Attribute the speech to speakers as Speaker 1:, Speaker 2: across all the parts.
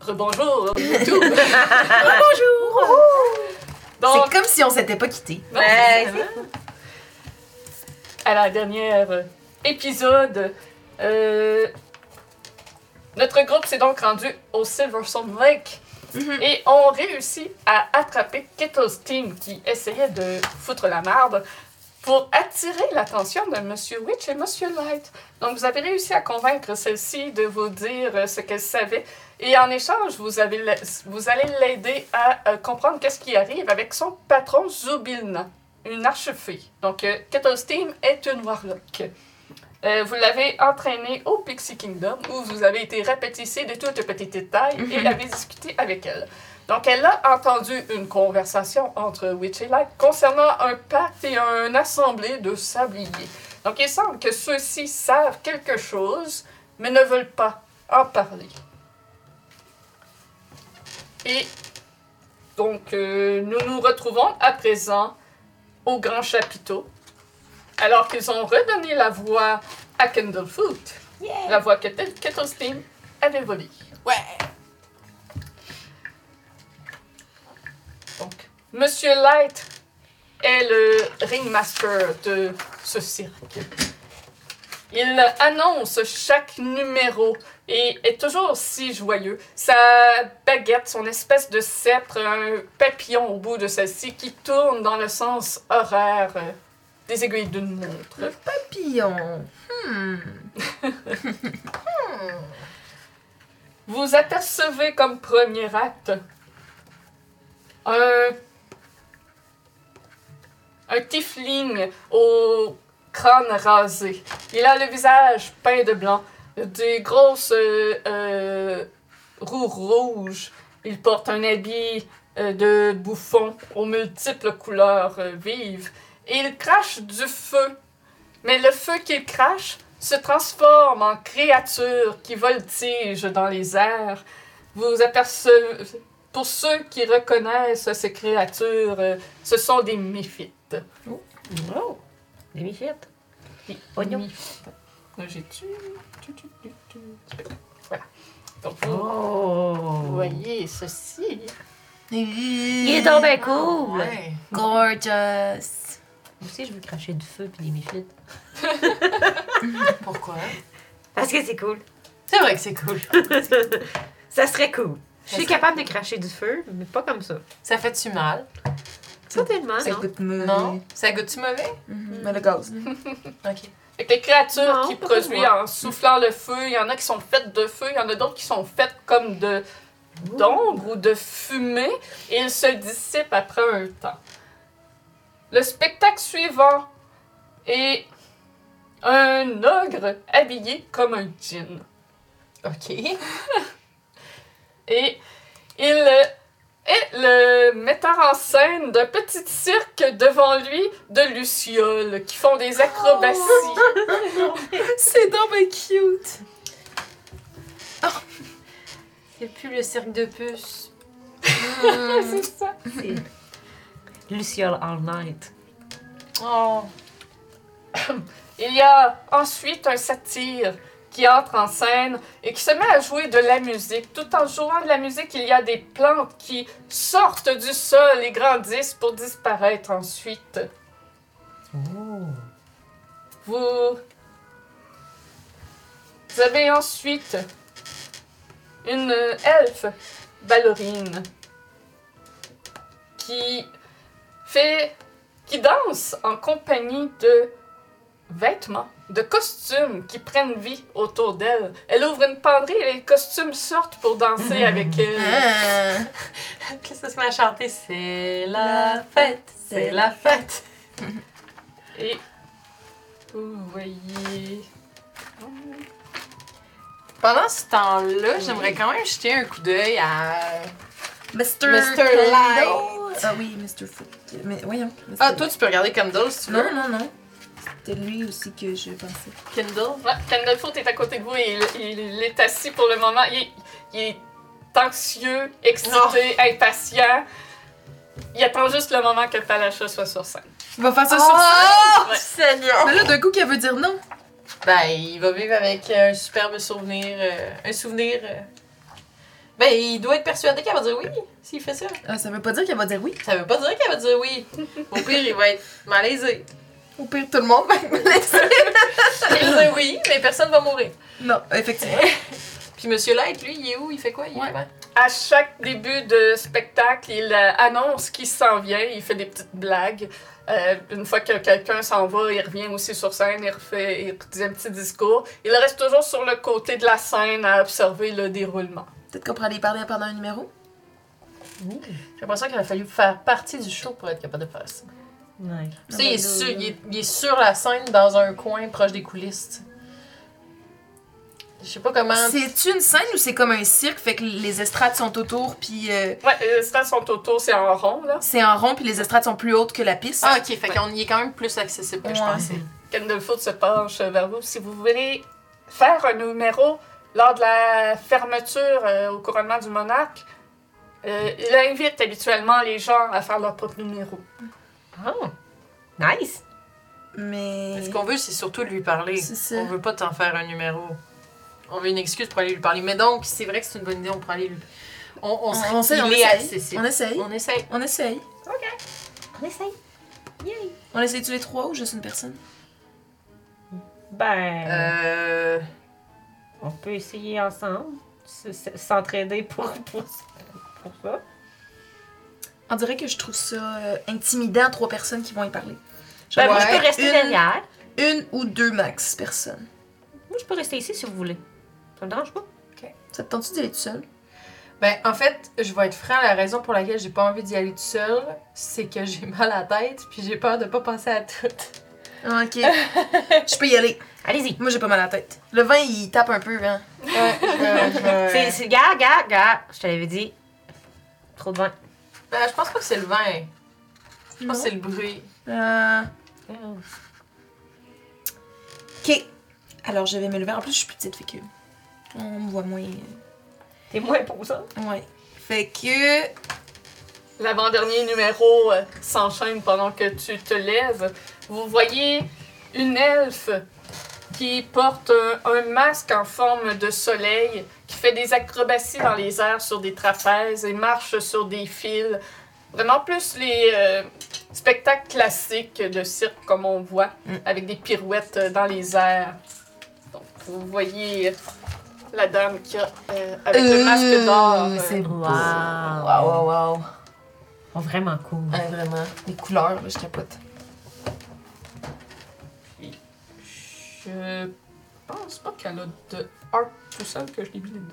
Speaker 1: Rebonjour, YouTube! Rebonjour! Donc,
Speaker 2: Oh.
Speaker 3: C'est comme si on s'était pas quitté.
Speaker 1: non, c'est ça. à la dernière euh, épisode, euh, notre groupe s'est donc rendu au Silverstone Lake
Speaker 2: Mm-hmm.
Speaker 3: Mhm.
Speaker 1: et on réussit à attraper Kettle's team qui essayait de foutre la marde pour attirer l'attention de Monsieur Witch et Monsieur Light. Donc, vous avez réussi à convaincre celle-ci de vous dire euh, ce qu'elle savait. Et en échange, vous, avez la- vous allez l'aider à euh, comprendre qu'est-ce qui arrive avec son patron Zubilna, une archefée. Donc, euh, Kettle's Team est une warlock. Euh, vous l'avez entraînée au Pixie Kingdom, où vous avez été rapetissé de toutes petites détails et avez discuté avec elle. Donc, elle a entendu une conversation entre Witch et Light concernant un pacte et un assemblée de sabliers. Donc, il semble que ceux-ci savent quelque chose, mais ne veulent pas en parler. Et donc, euh, nous nous retrouvons à présent au Grand Chapiteau, alors qu'ils ont redonné la voix à Candlefoot, la voix que Tel- Kettlestein avait volée.
Speaker 3: Ouais.
Speaker 1: Donc, Monsieur Light est le ringmaster de ce cirque. Il annonce chaque numéro et est toujours si joyeux. Sa baguette, son espèce de sceptre, un papillon au bout de celle-ci qui tourne dans le sens horaire euh, des aiguilles d'une montre.
Speaker 3: Papillon. Hmm.
Speaker 1: Vous apercevez comme premier acte un, un tiefling au crâne rasé. Il a le visage peint de blanc, des grosses euh, euh, roues rouges. Il porte un habit euh, de bouffon aux multiples couleurs euh, vives. Et il crache du feu. Mais le feu qu'il crache se transforme en créature qui voltige dans les airs. Vous apercevez. Pour ceux qui reconnaissent ces créatures, euh, ce sont des méphites.
Speaker 4: Oh! Des michettes.
Speaker 1: Oui,
Speaker 4: Oignon.
Speaker 1: mif. Là, j'ai tu, Euh, tu, tu, tu, tu. Voilà. Donc, vous
Speaker 4: Oh!
Speaker 1: voyez ceci.
Speaker 3: Il
Speaker 4: Il est donc bien cool!
Speaker 3: Gorgeous.
Speaker 4: Moi aussi, je veux cracher du feu puis des michettes.
Speaker 2: Pourquoi?
Speaker 4: Parce que c'est cool.
Speaker 2: C'est vrai que c'est cool.
Speaker 4: ça serait cool. Je
Speaker 2: Ça
Speaker 4: suis
Speaker 2: serait
Speaker 4: capable de cracher du feu, mais pas comme ça.
Speaker 2: Ça fait-tu mal?
Speaker 4: Pas tellement,
Speaker 3: Ça
Speaker 4: non?
Speaker 3: goûte mauvais.
Speaker 2: Non? Ça goûte-tu mauvais?
Speaker 3: Mhm. Mais le gaz.
Speaker 2: Ok.
Speaker 1: Fait que les créatures
Speaker 4: Non,
Speaker 1: qui
Speaker 4: pas pour
Speaker 1: produisent
Speaker 4: moi.
Speaker 1: en soufflant le feu, il y en a qui sont faites de feu, il y en a d'autres qui sont faites comme de d'ombre ou de fumée, et ils se dissipent après un temps. Le spectacle suivant est un ogre habillé comme un djinn.
Speaker 2: Ok.
Speaker 1: Et il euh, est le metteur en scène d'un petit cirque devant lui de lucioles qui font des acrobaties.
Speaker 3: C'est donc bien cute.
Speaker 2: Oh. C'est plus le cirque de puces.
Speaker 1: C'est ça.
Speaker 4: Luciole All Night.
Speaker 2: Oh.
Speaker 1: Il y a ensuite un satire qui entre en scène et qui se met à jouer de la musique. Tout en jouant de la musique, il y a des plantes qui sortent du sol et grandissent pour disparaître ensuite.
Speaker 4: Oh!
Speaker 1: Vous... Vous avez ensuite une euh, elfe ballerine qui fait... qui danse en compagnie de vêtements, de costumes qui prennent vie autour d'elle. Elle ouvre une penderie et les costumes sortent pour danser avec elle.
Speaker 3: Ah.
Speaker 2: Puis ça se met à chanter C'est la fête, c'est la fête.
Speaker 1: Et vous voyez...
Speaker 2: Pendant ce temps-là, j'aimerais quand même jeter un coup d'œil à.
Speaker 3: Mr.
Speaker 2: Mr.
Speaker 3: Candle.
Speaker 2: Light.
Speaker 3: Ah oui, Mr. Foot. Mais voyons. Mr.
Speaker 2: Ah, toi, tu peux regarder Kendall si tu veux.
Speaker 3: Non, non, non. C'était lui aussi que je pensais.
Speaker 2: Kendall.
Speaker 1: Ouais, Candlefoot est à côté de vous et il, il est assis pour le moment. Il, est- il est anxieux, excité, impatient. Il attend juste le moment que Palacha soit sur scène.
Speaker 3: Il va faire ça
Speaker 2: Oh,
Speaker 1: Ouais.
Speaker 2: Seigneur!
Speaker 3: sur Ah! Mais là, d'un coup, qu'elle veut dire non.
Speaker 2: Ben, il va vivre avec un superbe souvenir, euh, un souvenir euh, Ben, il doit être persuadé qu'elle va dire oui s'il fait ça.
Speaker 3: Ah, ça veut pas dire qu'elle va dire oui.
Speaker 2: Ça veut pas dire qu'elle va dire oui. Au pire, il va être malaisé.
Speaker 3: Au pire, tout le monde va me laisser.
Speaker 2: Il va dire oui, mais personne va mourir.
Speaker 3: Non, effectivement.
Speaker 2: Puis Monsieur Light, lui, il est où? Il fait quoi? Il est
Speaker 1: Ouais.
Speaker 2: comment?
Speaker 1: À chaque début de spectacle, il euh, annonce qui s'en vient, il fait des petites blagues. Euh, une fois que quelqu'un s'en va, il revient aussi sur scène, il refait il dit un petit discours. Il reste toujours sur le côté de la scène à observer le déroulement.
Speaker 3: Peut-être qu'on pourrait aller parler pendant un numéro.
Speaker 2: J'ai l'impression qu'il a fallu faire partie du show pour être capable de faire ça.
Speaker 4: Ouais.
Speaker 2: Tu sais, il, est sur, il, est, il est sur la scène dans un coin proche des coulisses. tu sais. Je sais pas comment.
Speaker 3: Ben, C'est une scène ou c'est comme un cirque, fait que les estrades sont autour, puis euh,
Speaker 1: Ouais, les stands sont autour, c'est en rond, là.
Speaker 3: c'est en rond, puis les estrades sont plus hautes que la piste.
Speaker 2: Ah, ok, fait qu'on y est quand même plus accessible que je
Speaker 3: Ouais.
Speaker 2: pensais.
Speaker 1: Candlefoot se penche vers vous. Si vous voulez faire un numéro lors de la fermeture euh, au couronnement du monarque, euh, il invite habituellement les gens à faire leur propre numéro.
Speaker 4: Oh. Nice.
Speaker 3: Mais.
Speaker 2: Mais ce qu'on veut, c'est surtout lui parler.
Speaker 3: C'est ça.
Speaker 2: On veut pas t'en faire un numéro. On veut une excuse pour aller lui parler. Mais donc, c'est vrai que c'est une bonne idée, on pourrait aller lui. On, on,
Speaker 3: On,
Speaker 2: serait-
Speaker 3: on, sait,
Speaker 2: il
Speaker 3: on,
Speaker 2: est
Speaker 3: essaye.
Speaker 2: accessible.
Speaker 3: on essaye.
Speaker 2: On essaye.
Speaker 3: On essaye.
Speaker 4: On essaye. Yay.
Speaker 3: On essaye tous les trois ou juste une personne
Speaker 4: Ben,
Speaker 2: Euh.
Speaker 4: on peut essayer ensemble, s- s- s'entraider pour, pour, pour ça.
Speaker 3: On dirait que je trouve ça euh, intimidant, trois personnes qui vont y parler.
Speaker 4: Ben, moi,
Speaker 3: Ouais.
Speaker 4: je peux rester
Speaker 3: Une-
Speaker 4: derrière.
Speaker 3: Une ou deux max personnes.
Speaker 4: Moi, je peux rester ici si vous voulez. Ça me dérange pas.
Speaker 3: Ça te tente-tu d'aller tout seul
Speaker 2: Ben, en fait, je vais être franc, la raison pour laquelle j'ai pas envie d'y aller tout seul, c'est que j'ai mal à la tête, puis j'ai peur de pas penser à tout.
Speaker 3: Ah, Ok. je peux y aller.
Speaker 4: Allez-y.
Speaker 3: Moi, j'ai pas mal à la tête. Le vin, il tape un peu, hein.
Speaker 2: Ouais, je vais- je vais-
Speaker 4: C'est, c'est, gars, gars, gars. Je te l'avais dit. Trop de vin.
Speaker 2: Ben, je pense pas que c'est le vin. Je pense que c'est le bruit.
Speaker 3: Euh,
Speaker 4: Oh.
Speaker 3: Ok. Alors, je vais me lever. En plus, je suis plus petite, fait que. On me voit moins.
Speaker 4: T'es moins pour ça.
Speaker 3: Ouais. Fait que.
Speaker 1: L'avant-dernier numéro euh, s'enchaîne pendant que tu te lèves. Vous voyez une elfe qui porte un, un masque en forme de soleil, qui fait des acrobaties dans les airs sur des trapèzes et marche sur des fils. Vraiment plus les euh, spectacles classiques de cirque comme on voit,
Speaker 3: Mm.
Speaker 1: avec des pirouettes euh, dans les airs. Donc, vous voyez la dame qui a, euh, avec le masque d'or.
Speaker 3: Euh,
Speaker 1: euh,
Speaker 3: C'est beau.
Speaker 4: Wow.
Speaker 3: Waouh, waouh, waouh.
Speaker 4: Oh, vraiment cool.
Speaker 3: Ouais, vraiment. Les couleurs, là, je capote.
Speaker 1: Je pense pas qu'elle a de art tout seul que je l'ai blinde.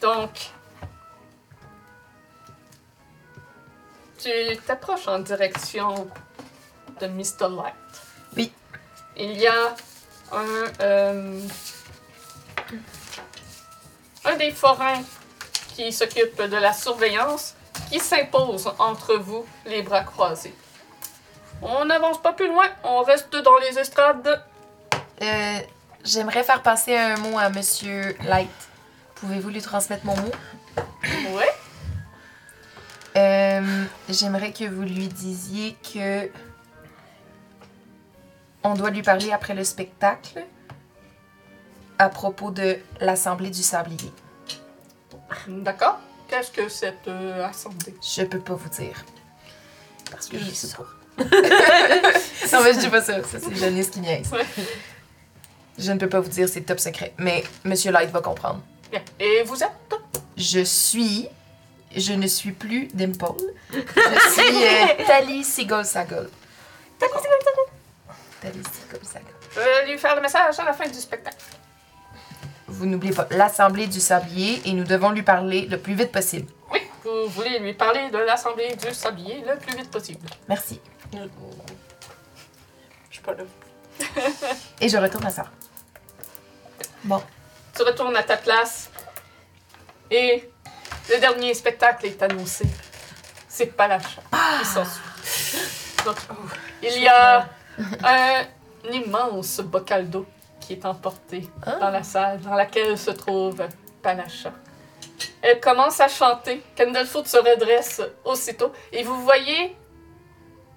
Speaker 1: Donc, tu t'approches en direction de Mr. Light.
Speaker 3: Oui.
Speaker 1: Il y a un, euh, un des forains qui s'occupe de la surveillance qui s'impose entre vous, les bras croisés. On n'avance pas plus loin, on reste dans les estrades.
Speaker 3: Euh, J'aimerais faire passer un mot à Monsieur Light. Pouvez-vous lui transmettre mon mot?
Speaker 1: Ouais.
Speaker 3: Euh, J'aimerais que vous lui disiez que on doit lui parler après le spectacle à propos de l'assemblée du sablier.
Speaker 1: D'accord. Qu'est-ce que cette euh, assemblée?
Speaker 3: Je peux pas vous dire. Parce que je
Speaker 4: Il
Speaker 3: sais pas. non, mais je dis pas ça. Ça, c'est Janice qui niaise.
Speaker 1: Ouais.
Speaker 3: Je ne peux pas vous dire, c'est top secret. Mais Monsieur Light va comprendre.
Speaker 1: Bien. Et vous êtes?
Speaker 3: Je suis. Je ne suis plus Dimple. Je suis euh, Tali Seagull Sagol. Tali Seagull Sagol.
Speaker 1: Je vais euh, lui faire le message à la fin du spectacle.
Speaker 3: Vous n'oubliez pas l'Assemblée du Sablier et nous devons lui parler le plus vite possible.
Speaker 1: Oui, vous voulez lui parler de l'assemblée du sablier le plus vite possible.
Speaker 3: Merci.
Speaker 2: Je suis pas là.
Speaker 3: Et je retourne à ça. Bon.
Speaker 1: Tu retournes à ta place et le dernier spectacle est annoncé. C'est pas la chance. Il s'ensuit. Donc, il y a un immense bocal d'eau qui est emporté
Speaker 3: Ah.
Speaker 1: dans la salle dans laquelle se trouve Palacha. Elle commence à chanter. Candlefoot se redresse aussitôt et vous voyez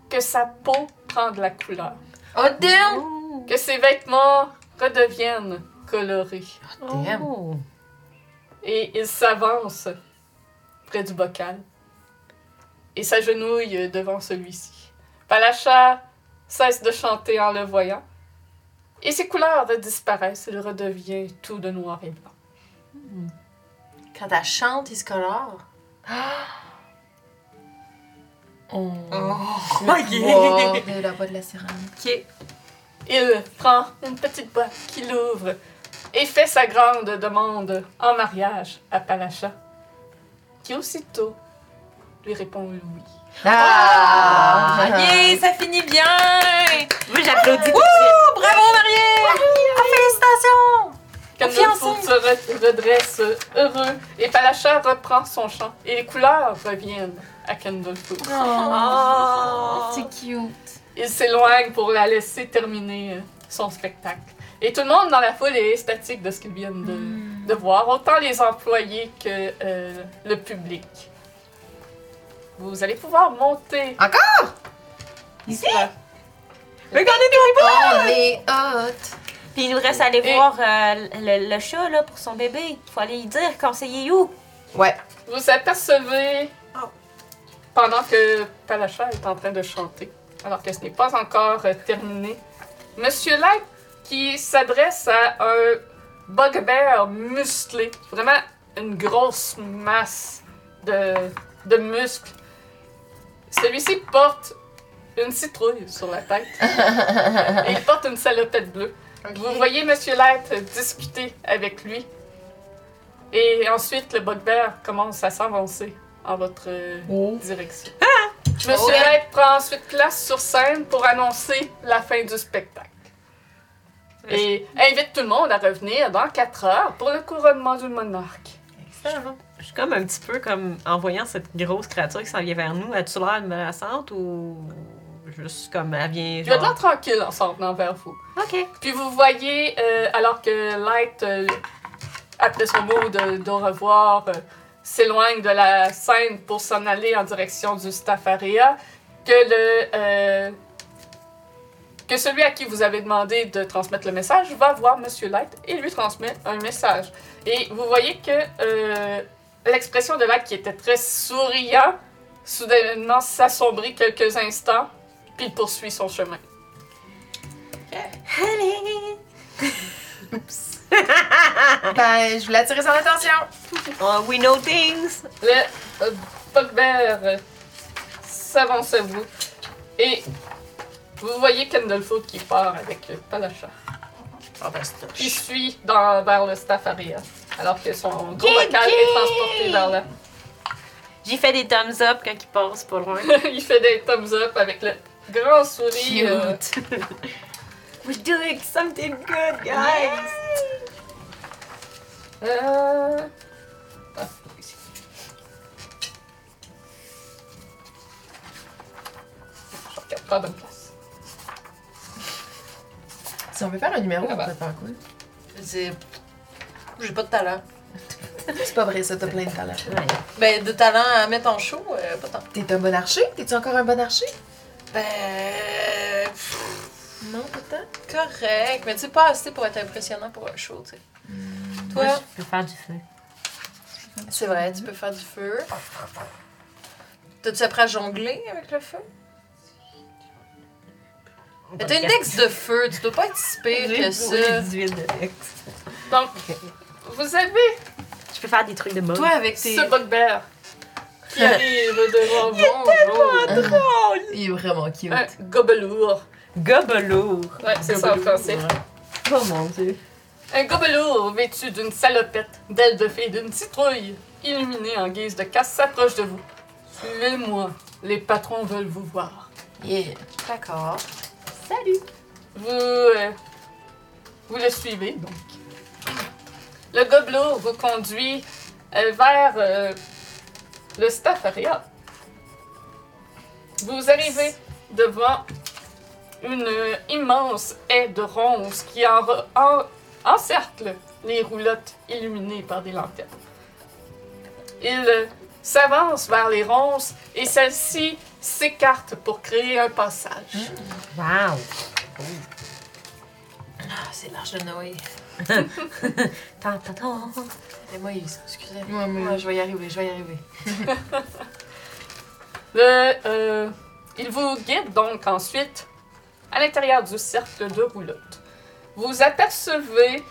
Speaker 1: que sa peau prend de la couleur,
Speaker 2: Oh damn!
Speaker 1: que ses vêtements redeviennent coloré.
Speaker 3: Damn.
Speaker 4: Oh.
Speaker 1: Et il s'avance près du bocal et s'agenouille devant celui-ci. Palacha cesse de chanter en le voyant et ses couleurs disparaissent. Il redevient tout de noir et blanc.
Speaker 2: Quand elle chante, il se colore.
Speaker 4: Oh,
Speaker 3: Le pouvoir de la voix de la céramique.
Speaker 2: Ok.
Speaker 1: Il prend une petite boîte qu'il ouvre et fait sa grande demande en mariage à Palacha, qui aussitôt lui répond oui.
Speaker 3: Ah!
Speaker 2: Yeah, ça finit bien!
Speaker 4: Moi, j'applaudis tout
Speaker 2: Oh, bravo, Marie! Félicitations!
Speaker 1: Quand le
Speaker 2: Confiance,
Speaker 1: four se re- redresse heureux et Palacha reprend son chant et les couleurs reviennent à Kendallfoot.
Speaker 2: Oh!
Speaker 3: C'est cute.
Speaker 1: Il s'éloigne pour la laisser terminer euh, son spectacle. Et tout le monde dans la foule est statique de ce qu'ils viennent de, de voir, autant les employés que euh, le public. Vous allez pouvoir monter.
Speaker 3: Encore?
Speaker 1: Ici?
Speaker 3: On est hot.
Speaker 4: Puis il nous reste à aller
Speaker 1: Et-
Speaker 4: voir euh, le, le chat là, pour son bébé. Faut aller y dire, conseiller où?
Speaker 3: Ouais.
Speaker 1: Vous apercevez pendant que Palacha est en train de chanter, alors que ce n'est pas encore euh, terminé, Monsieur Light qui s'adresse à un bugbear musclé, vraiment une grosse masse de, de muscles. Celui-ci porte une citrouille sur la tête et il porte une salopette bleue. Vous voyez Monsieur Light discuter avec lui. Et ensuite, le bugbear commence à s'avancer en votre euh, direction. Monsieur
Speaker 3: Oh.
Speaker 1: Light prend ensuite place sur scène pour annoncer la fin du spectacle. Et invite tout le monde à revenir dans 4 heures pour le couronnement du monarque.
Speaker 4: hein? Je suis comme un petit peu comme en voyant cette grosse créature qui s'en vient vers nous. As-tu l'air menaçante ou juste comme elle vient
Speaker 1: Il y a de l'air tranquille en s'en venant vers vous.
Speaker 4: Ok.
Speaker 1: Puis vous voyez, euh, alors que Light, euh, après son mot de, d'au revoir, euh, s'éloigne de la scène pour s'en aller en direction du Staffaria, que le. euh, que celui à qui vous avez demandé de transmettre le message va voir Monsieur Light et lui transmet un message. Et vous voyez que euh, l'expression de Light, qui était très souriant, soudainement s'assombrit quelques instants, puis il poursuit son chemin.
Speaker 4: Allez!
Speaker 3: Ben, je voulais attirer son attention.
Speaker 4: Oh, we know things!
Speaker 1: Le euh, bugbear euh, s'avance à vous et vous voyez Kendallfo qui part avec euh, Palacha.
Speaker 4: Ah ben, c'est
Speaker 1: Qui suit dans, vers le Staffaria alors que son gros bocal
Speaker 4: yeah.
Speaker 1: est transporté vers là.
Speaker 4: J'ai fait des thumbs up quand il passe pas loin.
Speaker 1: Il fait des thumbs up avec le grand sourire. euh,
Speaker 4: We're doing something good, guys!
Speaker 1: Euh... ah, ici. Je regarde pas la bonne place.
Speaker 3: Si on veut faire un numéro,
Speaker 1: Ah bah.
Speaker 3: on peut faire quoi?
Speaker 2: J'ai j'ai pas de talent.
Speaker 3: C'est pas vrai, ça, t'as plein de talent.
Speaker 4: Ouais.
Speaker 2: Ben, de talent à mettre en show, euh, pas tant.
Speaker 3: T'es un bon archer? T'es-tu encore un bon archer?
Speaker 2: Ben. pff,
Speaker 3: Non, peut-être.
Speaker 2: correct. Mais tu sais, pas assez pour être impressionnant pour un show, tu sais. Toi,
Speaker 4: Moi, je peux faire du feu.
Speaker 2: c'est vrai, tu peux faire du feu. T'as-tu appris à jongler avec le feu? Mais t'as une dex de feu, tu dois pas être si pire
Speaker 4: J'ai
Speaker 2: que ça.
Speaker 4: 18 de dex.
Speaker 1: Donc, vous avez
Speaker 4: Je peux faire des trucs de mode.
Speaker 2: Toi, avec tes.
Speaker 1: ce bugbear qui arrive devant vous.
Speaker 2: Bonjour!
Speaker 3: Il est vraiment cute.
Speaker 1: Un gobelour.
Speaker 4: Gobelour.
Speaker 1: Ouais, c'est ça en français.
Speaker 4: Oh mon dieu.
Speaker 1: Un gobelour vêtu d'une salopette, d'ailes de fée et d'une citrouille, illuminé en guise de casse, s'approche de vous. Suivez-moi, les patrons veulent vous voir.
Speaker 3: Yeah.
Speaker 2: D'accord.
Speaker 3: Salut!
Speaker 1: Vous, euh, vous le suivez donc. Le gobelour vous conduit euh, vers euh, le Staffaria. Vous arrivez devant une euh, immense haie de ronces qui en, re- en- encercle les roulottes illuminées par des lanternes. Il euh, s'avance vers les ronces et celles-ci s'écartent pour créer un passage.
Speaker 4: Wow.
Speaker 2: Ah, c'est l'arche de Noé.
Speaker 4: Tant, tant, tant.
Speaker 2: C'est moi, excusez.
Speaker 3: Ouais, mais-
Speaker 2: Moi, je vais y arriver, je vais y arriver.
Speaker 1: Le, euh, il vous guide donc ensuite à l'intérieur du cercle de roulotte. Vous apercevez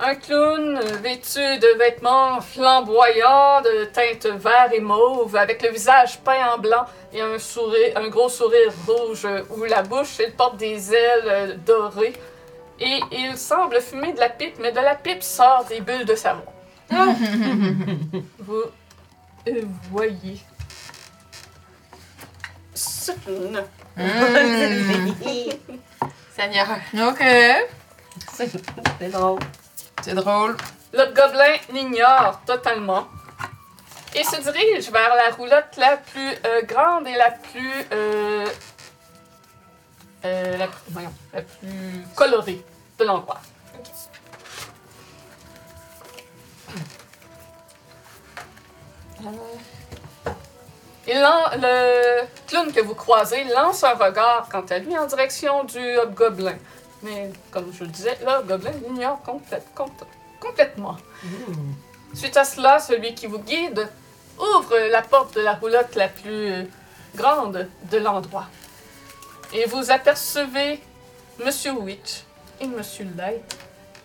Speaker 1: un clown vêtu de vêtements flamboyants de teinte vert et mauve, avec le visage peint en blanc et un, sourire, un gros sourire rouge où la bouche, il porte des ailes euh, dorées. Et il semble fumer de la pipe, mais de la pipe sort des bulles de savon. Vous euh, voyez Sutton.
Speaker 3: Mmh.
Speaker 2: Seigneur.
Speaker 3: Ok.
Speaker 4: C'est drôle.
Speaker 3: C'est drôle.
Speaker 1: Le gobelin l'ignore totalement et se dirige vers la roulotte la plus euh, grande et la plus. euh, euh, la, voyons, la plus colorée de l'endroit. Et lan- le clown que vous croisez lance un regard, quant à lui, en direction du hobgoblin. Mais comme je le disais, le hobgoblin l'ignore complète, complète- complètement. Suite à cela, celui qui vous guide ouvre la porte de la roulotte la plus euh, grande de l'endroit. Et vous apercevez Monsieur Witch et Monsieur Light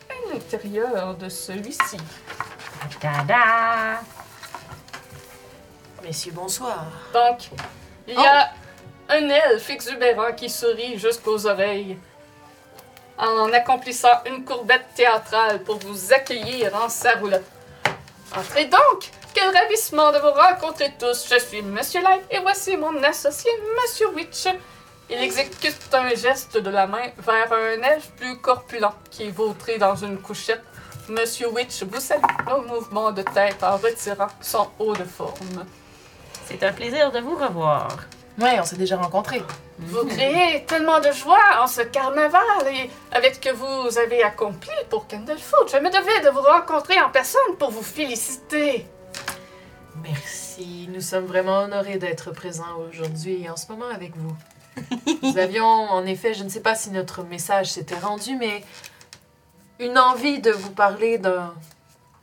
Speaker 1: à l'intérieur de celui-ci.
Speaker 4: Tada!
Speaker 2: Messieurs, bonsoir.
Speaker 1: Donc, il y a un elfe exubérant qui sourit jusqu'aux oreilles en accomplissant une courbette théâtrale pour vous accueillir en sa roulotte. Entrez donc! Quel ravissement de vous rencontrer tous! Je suis Monsieur Light et voici mon associé Monsieur Witch. Il exécute un geste de la main vers un elfe plus corpulent qui est vautré dans une couchette. Monsieur Witch vous salue au mouvement de tête en retirant son haut de forme.
Speaker 4: C'est un plaisir de vous revoir.
Speaker 3: Ouais, on s'est déjà rencontrés.
Speaker 1: Vous créez tellement de joie en ce carnaval et avec ce que vous avez accompli pour Candlefoot. Je me devais de vous rencontrer en personne pour vous féliciter.
Speaker 2: Merci. Nous sommes vraiment honorés d'être présents aujourd'hui et en ce moment avec vous. Nous avions, en effet, je ne sais pas si notre message s'était rendu, mais une envie de vous parler d'un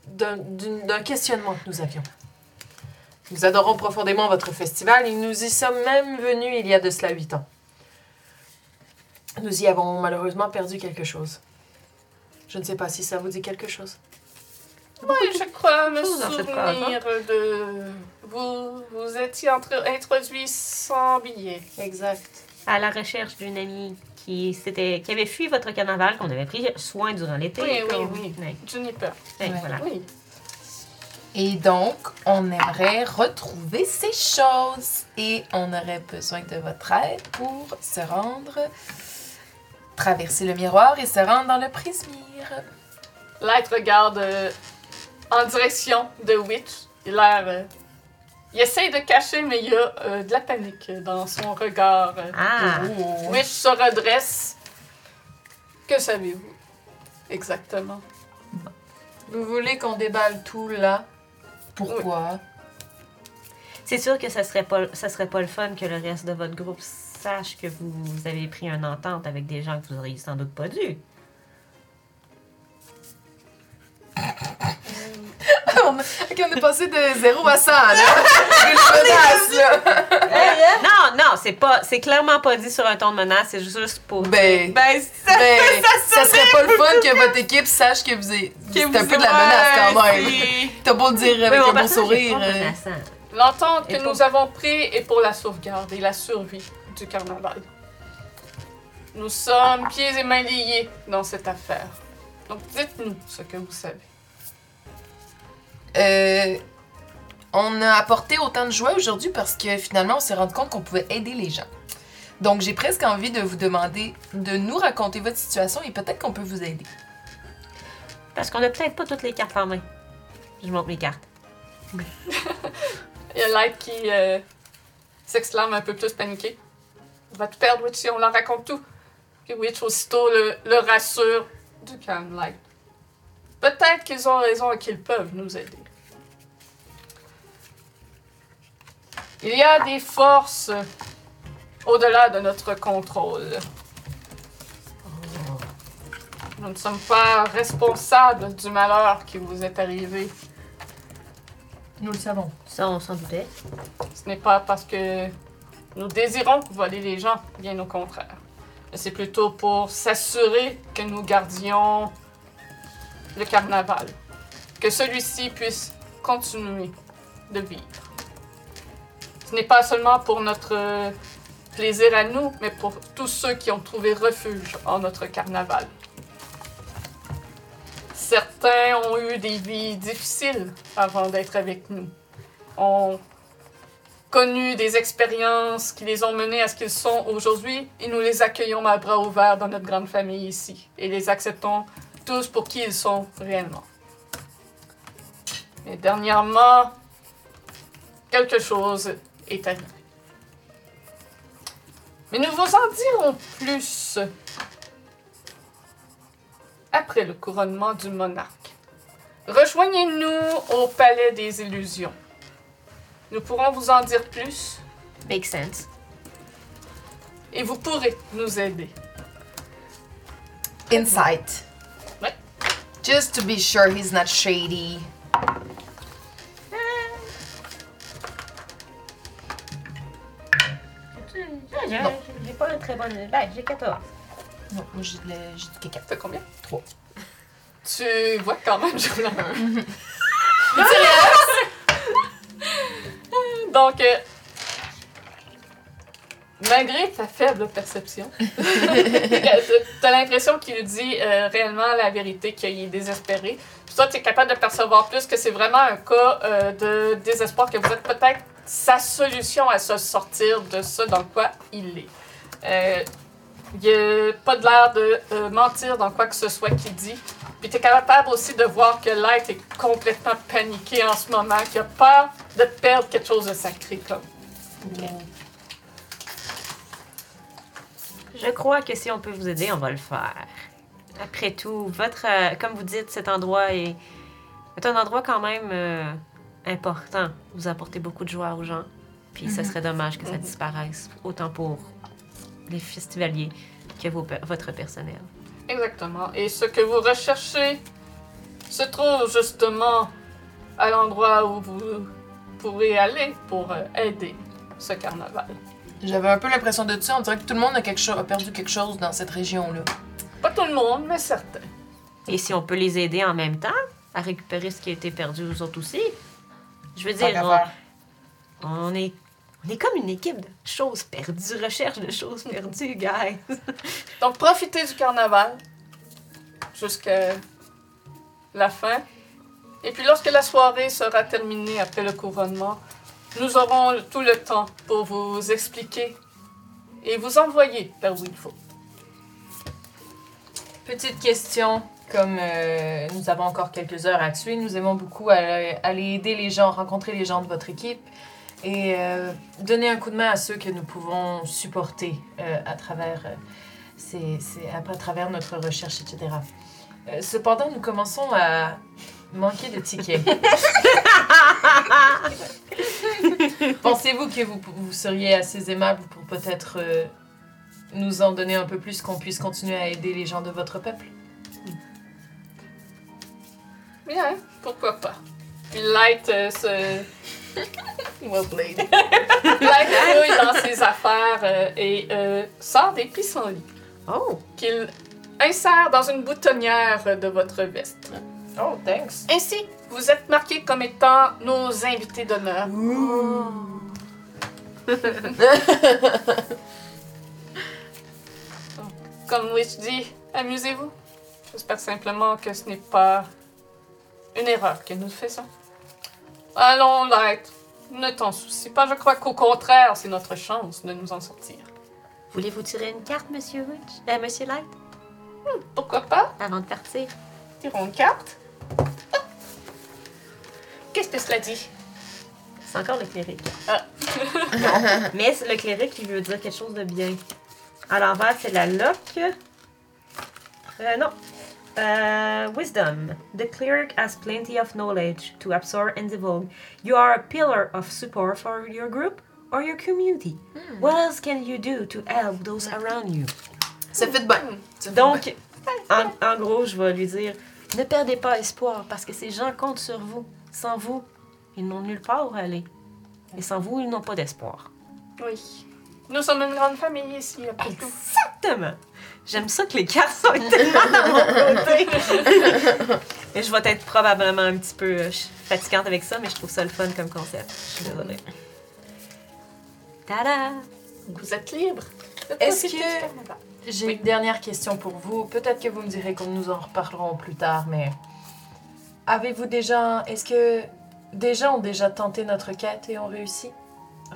Speaker 2: d'un- d'une- d'un questionnement que nous avions. Nous adorons profondément votre festival et nous y sommes même venus il y a de cela huit ans. Nous y avons malheureusement perdu quelque chose. Je ne sais pas si ça vous dit quelque chose.
Speaker 1: Oui, je crois me
Speaker 4: choses dans cette hein.
Speaker 1: souvenir de... Vous vous étiez entre- introduit sans billet.
Speaker 2: Exact.
Speaker 4: À la recherche d'une amie qui, s'était- qui avait fui votre carnaval, qu'on avait pris soin durant l'été.
Speaker 1: Oui, oui,
Speaker 4: qu'on-
Speaker 1: oui.
Speaker 4: Ouais,
Speaker 1: Juniper.
Speaker 4: ouais,
Speaker 3: Ouais.
Speaker 4: voilà.
Speaker 1: Oui.
Speaker 3: Et donc, on aimerait retrouver ces choses et on aurait besoin de votre aide pour se rendre, traverser le miroir et se rendre dans le prismire.
Speaker 1: Light regarde euh, en direction de Witch. Il a l'air... euh, il essaie de cacher, mais il y a euh, de la panique dans son regard. euh,
Speaker 4: Ah!
Speaker 3: Oh.
Speaker 1: Witch se redresse. Que savez-vous exactement?
Speaker 2: Vous voulez qu'on déballe tout là?
Speaker 3: Pourquoi?
Speaker 4: C'est sûr que ça serait pas ça serait pas le fun que le reste de votre groupe sache que vous avez pris une entente avec des gens que vous auriez sans doute pas dû.
Speaker 3: on, ok, on est passé de 0 à 100, là. Une menace, là.
Speaker 4: non, non, c'est pas c'est clairement pas dit sur un ton de menace, c'est juste pour
Speaker 3: Ben,
Speaker 4: ben ça
Speaker 3: ben, ça, serait pas le fun que votre équipe sache que vous êtes... C'est un peu de la menace, quand même. T'as beau le dire avec un bon sourire. euh,
Speaker 1: L'entente
Speaker 4: Et
Speaker 1: que
Speaker 4: pour-
Speaker 1: nous avons prise est pour la sauvegarde et la survie du carnaval. Nous sommes pieds et mains liés dans cette affaire. Donc dites-nous ce que vous savez.
Speaker 3: Euh, on a apporté autant de joie aujourd'hui parce que finalement, on s'est rendu compte qu'on pouvait aider les gens. Donc, j'ai presque envie de vous demander de nous raconter votre situation et peut-être qu'on peut vous aider.
Speaker 4: Parce qu'on a peut-être pas toutes les cartes en main. Je montre mes cartes.
Speaker 1: Il y a Light qui euh, s'exclame un peu plus paniqué. On va te perdre, Witch, si on leur raconte tout. Puis Witch aussitôt le, le rassure du calme, Light. Peut-être qu'ils ont raison et qu'ils peuvent nous aider. Il y a des forces au-delà de notre contrôle. Nous ne sommes pas responsables du malheur qui vous est arrivé.
Speaker 2: Nous le savons.
Speaker 4: Ça, on s'en doutait.
Speaker 1: Ce n'est pas parce que nous désirons voler les gens, bien au contraire. Mais C'est plutôt pour s'assurer que nous gardions le carnaval, que celui-ci puisse continuer de vivre. Ce n'est pas seulement pour notre euh, plaisir à nous, mais pour tous ceux qui ont trouvé refuge en notre carnaval. Certains ont eu des vies difficiles avant d'être avec nous. Ont connu des expériences qui les ont menés à ce qu'ils sont aujourd'hui et nous les accueillons à bras ouverts dans notre grande famille ici et les acceptons tous pour qui ils sont réellement. Mais dernièrement, quelque chose est arrivé. Mais nous vous en dirons plus après le couronnement du monarque. Rejoignez-nous au Palais des Illusions. Nous pourrons vous en dire plus
Speaker 4: Make sense.
Speaker 1: et vous pourrez nous aider.
Speaker 3: Insight.
Speaker 1: Ouais.
Speaker 3: Just to be sure he's not shady. Non.
Speaker 4: J'ai pas un très bon. Ben, j'ai 14.
Speaker 3: Non, moi j'ai de la- j'ai du caca.
Speaker 1: T'as combien?
Speaker 3: Trois.
Speaker 1: Tu vois quand même, je roule un. Donc, euh, malgré ta faible perception, t'as l'impression qu'il dit euh, réellement la vérité, qu'il est désespéré. Puis toi, t'es capable de percevoir plus que c'est vraiment un cas euh, de désespoir, que vous êtes peut-être sa solution à se sortir de ce dans quoi il est. Euh, il n'y a pas de l'air de euh, mentir dans quoi que ce soit qu'il dit. Puis t'es capable aussi de voir que Light est complètement paniqué en ce moment, qu'il a peur de perdre quelque chose de sacré. Comme.
Speaker 4: Je crois que si on peut vous aider, on va le faire. Après tout, votre, euh, comme vous dites, cet endroit est, est un endroit quand même euh, important. Vous apportez beaucoup de joie aux gens. Puis ce serait dommage que ça disparaisse, autant pour les festivaliers que vos pe- votre personnel.
Speaker 1: Exactement. Et ce que vous recherchez se trouve justement à l'endroit où vous pourrez aller pour euh, aider ce carnaval.
Speaker 3: J'avais un peu l'impression de ça. On dirait que tout le monde a, quelque chose, a perdu quelque chose dans cette région-là.
Speaker 1: Pas tout le monde, mais certains.
Speaker 4: Et si on peut les aider en même temps à récupérer ce qui a été perdu aux autres aussi, je veux
Speaker 3: Tant
Speaker 4: dire,
Speaker 3: qu'à
Speaker 4: on-
Speaker 3: faire.
Speaker 4: On est, on est comme une équipe de choses perdues, recherche de choses perdues, guys.
Speaker 1: Donc profitez du carnaval jusqu'à la fin. Et puis lorsque la soirée sera terminée après le couronnement, nous aurons tout le temps pour vous expliquer et vous envoyer vers où il faut.
Speaker 2: Petite question. Comme euh, nous avons encore quelques heures à tuer, nous aimons beaucoup aller, aller aider les gens, rencontrer les gens de votre équipe et euh, donner un coup de main à ceux que nous pouvons supporter euh, à, travers, euh, ces- ces- à, à travers notre recherche, etc. Euh, cependant, nous commençons à manquer de tickets. Pensez-vous que vous, vous seriez assez aimable pour peut-être euh, nous en donner un peu plus qu'on puisse continuer à aider les gens de votre peuple
Speaker 1: Bien, pourquoi pas. Puis Light euh, se...
Speaker 3: Well played.
Speaker 1: Light fouille dans ses affaires euh, et euh, sort des pissenlits
Speaker 4: Oh!
Speaker 1: qu'il insère dans une boutonnière de votre veste.
Speaker 2: Oh, thanks.
Speaker 1: Ainsi, vous êtes marqués comme étant nos invités d'honneur. Donc, comme Witch dit, amusez-vous. J'espère simplement que ce n'est pas une erreur que nous faisons. Allons, Light. Ne t'en soucie pas. Je crois qu'au contraire, c'est notre chance de nous en sortir.
Speaker 4: Voulez-vous tirer une carte, Monsieur Witch? Euh, Monsieur Light,
Speaker 1: Pourquoi pas?
Speaker 4: avant de partir?
Speaker 1: Tirons une carte. Ah! Qu'est-ce que cela dit?
Speaker 4: C'est encore le cléric.
Speaker 1: Ah.
Speaker 4: Non. Mais c'est le cléric qui veut dire quelque chose de bien. À l'envers, c'est la loque. Euh, non. Euh, wisdom. The cleric has plenty of knowledge to absorb and divulge. You are a pillar of support for your group or your community. What else can you do to help those around you?
Speaker 3: Ça fait de bon. Ça fait de
Speaker 4: Donc, En, en gros, je vais lui dire Ne perdez pas espoir parce que ces gens comptent sur vous. Sans vous, ils n'ont nulle part où aller. Et sans vous, ils n'ont pas d'espoir.
Speaker 1: Oui. Nous sommes une grande famille ici, après
Speaker 4: Ah,
Speaker 1: tout.
Speaker 4: Exactement. J'aime ça que les cartes sont tellement de mon côté. Et je vais être probablement un petit peu euh, ch- fatigante avec ça, mais je trouve ça le fun comme concept. Je suis désolée. Tada!
Speaker 1: Vous êtes libres. de
Speaker 2: Est-ce
Speaker 1: profiter
Speaker 2: que-
Speaker 1: du carnaval.
Speaker 2: J'ai une dernière question pour vous. Peut-être que vous me direz qu'on nous en reparlerons plus tard, mais avez-vous déjà, est-ce que des gens ont déjà tenté notre quête et ont réussi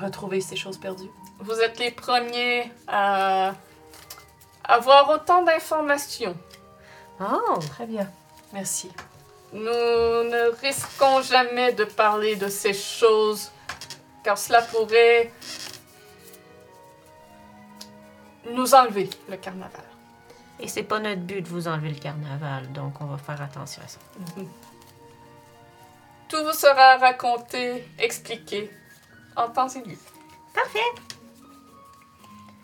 Speaker 2: Retrouver ces choses perdues
Speaker 1: Vous êtes les premiers à avoir autant d'informations.
Speaker 4: Oh!
Speaker 2: Très bien, merci.
Speaker 1: Nous ne risquons jamais de parler de ces choses, car cela pourrait nous enlever le carnaval.
Speaker 4: Et c'est pas notre but de vous enlever le carnaval, donc on va faire attention à ça.
Speaker 1: Tout vous sera raconté, expliqué, en temps et lieu.
Speaker 4: Parfait!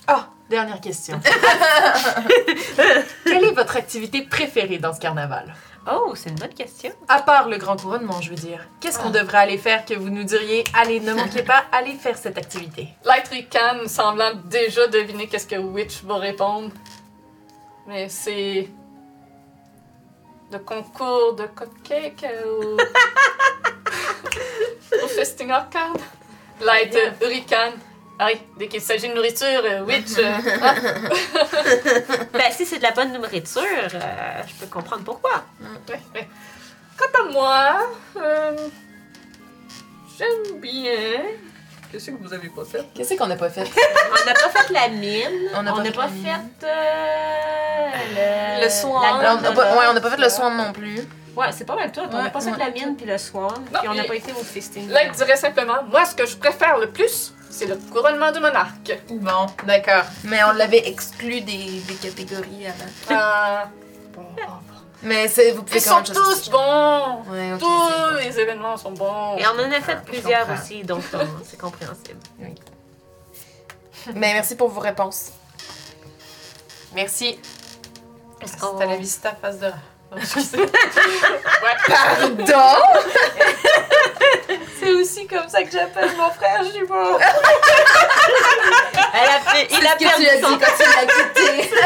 Speaker 2: Ah, dernière question. Quelle est votre activité préférée dans ce carnaval
Speaker 4: Oh, c'est une bonne question.
Speaker 2: À part le grand couronnement, je veux dire. Qu'est-ce qu'on devrait aller faire que vous nous diriez Allez, ne manquez pas, allez faire cette activité.
Speaker 1: Light Rican, semblant déjà deviner qu'est-ce que Witch va répondre. Mais c'est. Le concours de cupcake euh, au. au Festing Arcade. Light
Speaker 2: Bien.
Speaker 1: euh, Rican. Ah oui, dès qu'il s'agit de nourriture, euh, Witch. euh, ah,
Speaker 4: Ben, si c'est de la bonne nourriture, euh, je peux comprendre pourquoi.
Speaker 1: ouais, ouais. Quant à moi, euh, j'aime bien. Qu'est-ce que vous avez pas fait?
Speaker 3: Qu'est-ce qu'on n'a pas fait?
Speaker 4: On n'a pas fait la mine.
Speaker 3: On
Speaker 4: On
Speaker 3: n'a
Speaker 4: n'a
Speaker 3: pas
Speaker 4: pas,
Speaker 3: fait la
Speaker 4: fait,
Speaker 3: mine.
Speaker 4: euh, le,
Speaker 2: Le swan.
Speaker 4: la
Speaker 3: Alors,
Speaker 4: mine,
Speaker 3: on n'a pas,
Speaker 4: là.
Speaker 3: ouais, on n'a pas fait le soin non plus.
Speaker 4: Ouais, c'est pas mal tout. on n'a
Speaker 3: Ouais,
Speaker 4: pas fait
Speaker 3: ouais.
Speaker 4: la mine puis le swan.
Speaker 1: Non,
Speaker 4: Puis on n'a
Speaker 1: et-
Speaker 4: pas été au festing.
Speaker 1: Light dirait simplement Moi, ce que je préfère le plus, c'est le couronnement du monarque.
Speaker 3: Bon, d'accord. Mais on l'avait exclu des, des catégories avant.
Speaker 1: Euh, bon, bon.
Speaker 3: Mais c'est- vous pouvez
Speaker 1: Ils
Speaker 3: quand
Speaker 1: sont
Speaker 3: même
Speaker 1: tous bons!
Speaker 3: Ouais, ok, c'est
Speaker 1: Tous
Speaker 3: bon.
Speaker 1: les événements sont bons.
Speaker 4: Et on en a
Speaker 3: Ah,
Speaker 4: fait
Speaker 3: je
Speaker 4: plusieurs
Speaker 3: comprends.
Speaker 4: aussi, donc on- c'est compréhensible.
Speaker 3: Mais merci pour vos réponses.
Speaker 2: Merci.
Speaker 4: Est-ce
Speaker 2: Hasta
Speaker 4: qu'on-
Speaker 2: la vista, face de.
Speaker 3: Pardon?
Speaker 2: C'est aussi comme ça que j'appelle mon frère jumeau.
Speaker 4: Elle a fait- il a
Speaker 3: Qu'est-ce que
Speaker 4: perdu
Speaker 3: tu as dit
Speaker 4: son...
Speaker 3: quand tu l'as quitté?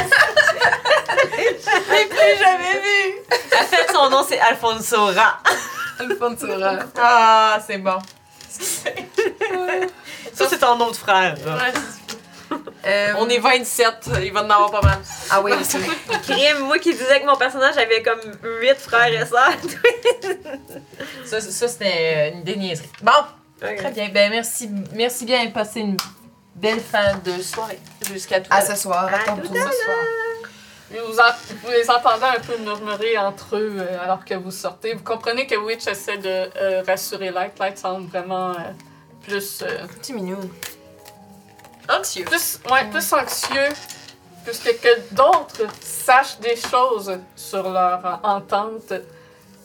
Speaker 4: Elle a fait son nom, c'est Alfonso Ra.
Speaker 2: Alfonsoura. Ah, c'est bon.
Speaker 4: Ça, c'est ton autre frère.
Speaker 2: On est 27, il va en avoir pas mal.
Speaker 3: Euh, Ah oui, c'est vrai.
Speaker 4: Crime, moi qui disais que mon personnage avait comme huit frères et sœurs.
Speaker 2: Ça, ça c'était une déniaiserie. Bon, très bien. Ben, merci, merci bien et passez une belle fin de soirée jusqu'à tout à
Speaker 3: À
Speaker 2: l'heure.
Speaker 3: ce soir,
Speaker 4: À
Speaker 3: attends
Speaker 4: tout
Speaker 3: pour ce soir.
Speaker 1: Et Vous, en- vous les entendez un peu murmurer entre eux euh, alors que vous sortez. Vous comprenez que Witch essaie de euh, rassurer Light. Light semble vraiment euh, plus, euh,
Speaker 3: Petit mignon.
Speaker 2: Anxieux.
Speaker 1: plus, ouais, plus anxieux. Plus que, que d'autres sachent des choses sur leur euh, entente.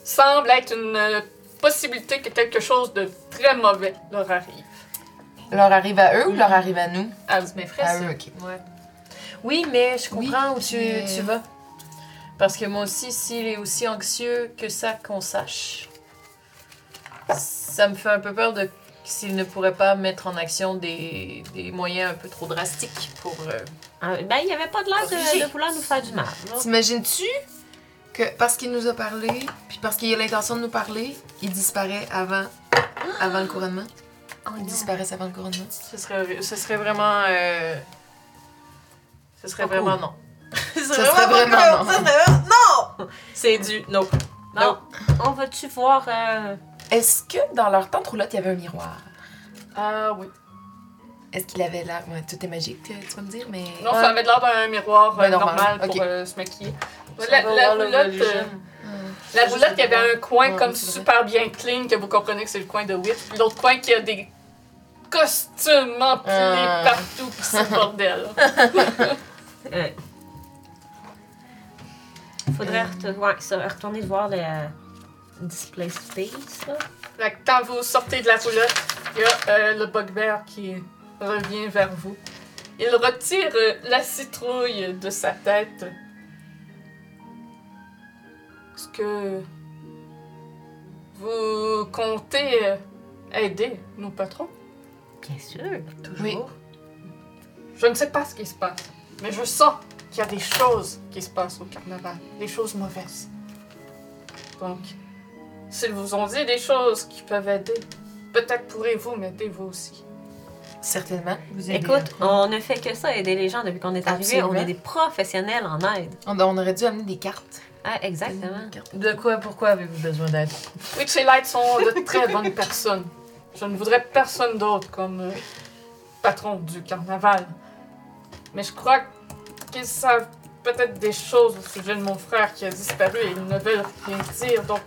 Speaker 1: Semble être une euh, possibilité que quelque chose de très mauvais leur arrive.
Speaker 3: Leur arrive à eux ou leur arrive à nous?
Speaker 1: À
Speaker 2: C'est mes frères,
Speaker 3: À
Speaker 2: ça.
Speaker 3: eux, Ah ok.
Speaker 2: Ouais. Oui, mais je comprends
Speaker 3: Oui,
Speaker 2: où tu,
Speaker 3: mais- euh,
Speaker 2: tu vas. Parce que moi aussi, s'il est aussi anxieux que ça qu'on sache, ça me fait un peu peur de s'il ne pourrait pas mettre en action des, des moyens un peu trop drastiques pour... euh,
Speaker 4: Ah, Ben, il n'y avait pas de l'air de, de vouloir nous faire du mal. là.
Speaker 3: T'imagines-tu que parce qu'il nous a parlé, puis parce qu'il a l'intention de nous parler, il disparaît avant, avant le couronnement? Il disparaît avant le couronnement.
Speaker 2: ce, serait, ce serait vraiment... euh, ce serait
Speaker 4: Pas cool.
Speaker 2: vraiment non. ce
Speaker 3: Ça serait vraiment non.
Speaker 2: pas cool. Ça serait vraiment- Non! C'est du... Non.
Speaker 4: Non, on va-tu voir. euh,
Speaker 3: Est-ce que dans leur tente roulotte, il y avait un miroir?
Speaker 1: Ah oui.
Speaker 3: Est-ce qu'il avait l'air. Ouais, tout est magique, euh, tu vas me dire, mais.
Speaker 1: Non, ça avait l'air d'un miroir euh,
Speaker 3: Ben, normal,
Speaker 1: normal, pour
Speaker 3: ok.
Speaker 1: euh, se maquiller.
Speaker 2: Ça
Speaker 1: La,
Speaker 2: va
Speaker 1: la
Speaker 2: voir le
Speaker 1: roulotte,
Speaker 2: religion.
Speaker 1: euh, la
Speaker 3: juste
Speaker 1: roulotte, il y
Speaker 3: le
Speaker 1: avait un coin
Speaker 3: Ouais,
Speaker 1: comme
Speaker 3: c'est vrai.
Speaker 1: super bien clean, que vous comprenez que c'est le coin de Witch. Puis L'autre coin qui a des costumes empilés
Speaker 3: Ah.
Speaker 1: partout, puis c'est le bordel.
Speaker 4: euh, Faudrait retourner, ouais, ça, retourner voir le euh, display space, là.
Speaker 1: Fait que quand vous sortez de la roulotte, il y a euh, le bugbear qui revient vers vous. Il retire euh, la citrouille de sa tête que vous comptez euh, aider nos patrons?
Speaker 4: Bien sûr.
Speaker 2: Toujours.
Speaker 3: Oui.
Speaker 1: Je ne sais pas ce qui se passe, mais je sens qu'il y a des choses qui se passent au carnaval, des choses mauvaises. Donc, s'ils vous ont dit des choses qui peuvent aider, peut-être pourrez-vous m'aider vous aussi.
Speaker 3: Certainement. Vous aidez
Speaker 4: Écoute,
Speaker 3: notre-
Speaker 4: on ne fait que ça, aider les gens depuis qu'on est arrivé. On
Speaker 3: Absolument.
Speaker 4: est des professionnels en aide.
Speaker 3: on... on aurait dû amener des cartes.
Speaker 4: Ah, exactement.
Speaker 3: Des cartes.
Speaker 2: De quoi, pourquoi avez-vous besoin d'aide
Speaker 1: Witch et Light sont de très bonnes personnes. Je ne voudrais personne d'autre comme euh, patron du carnaval. Mais je crois qu'ils savent peut-être des choses au sujet de mon frère qui a disparu et ils ne veulent rien dire. Donc,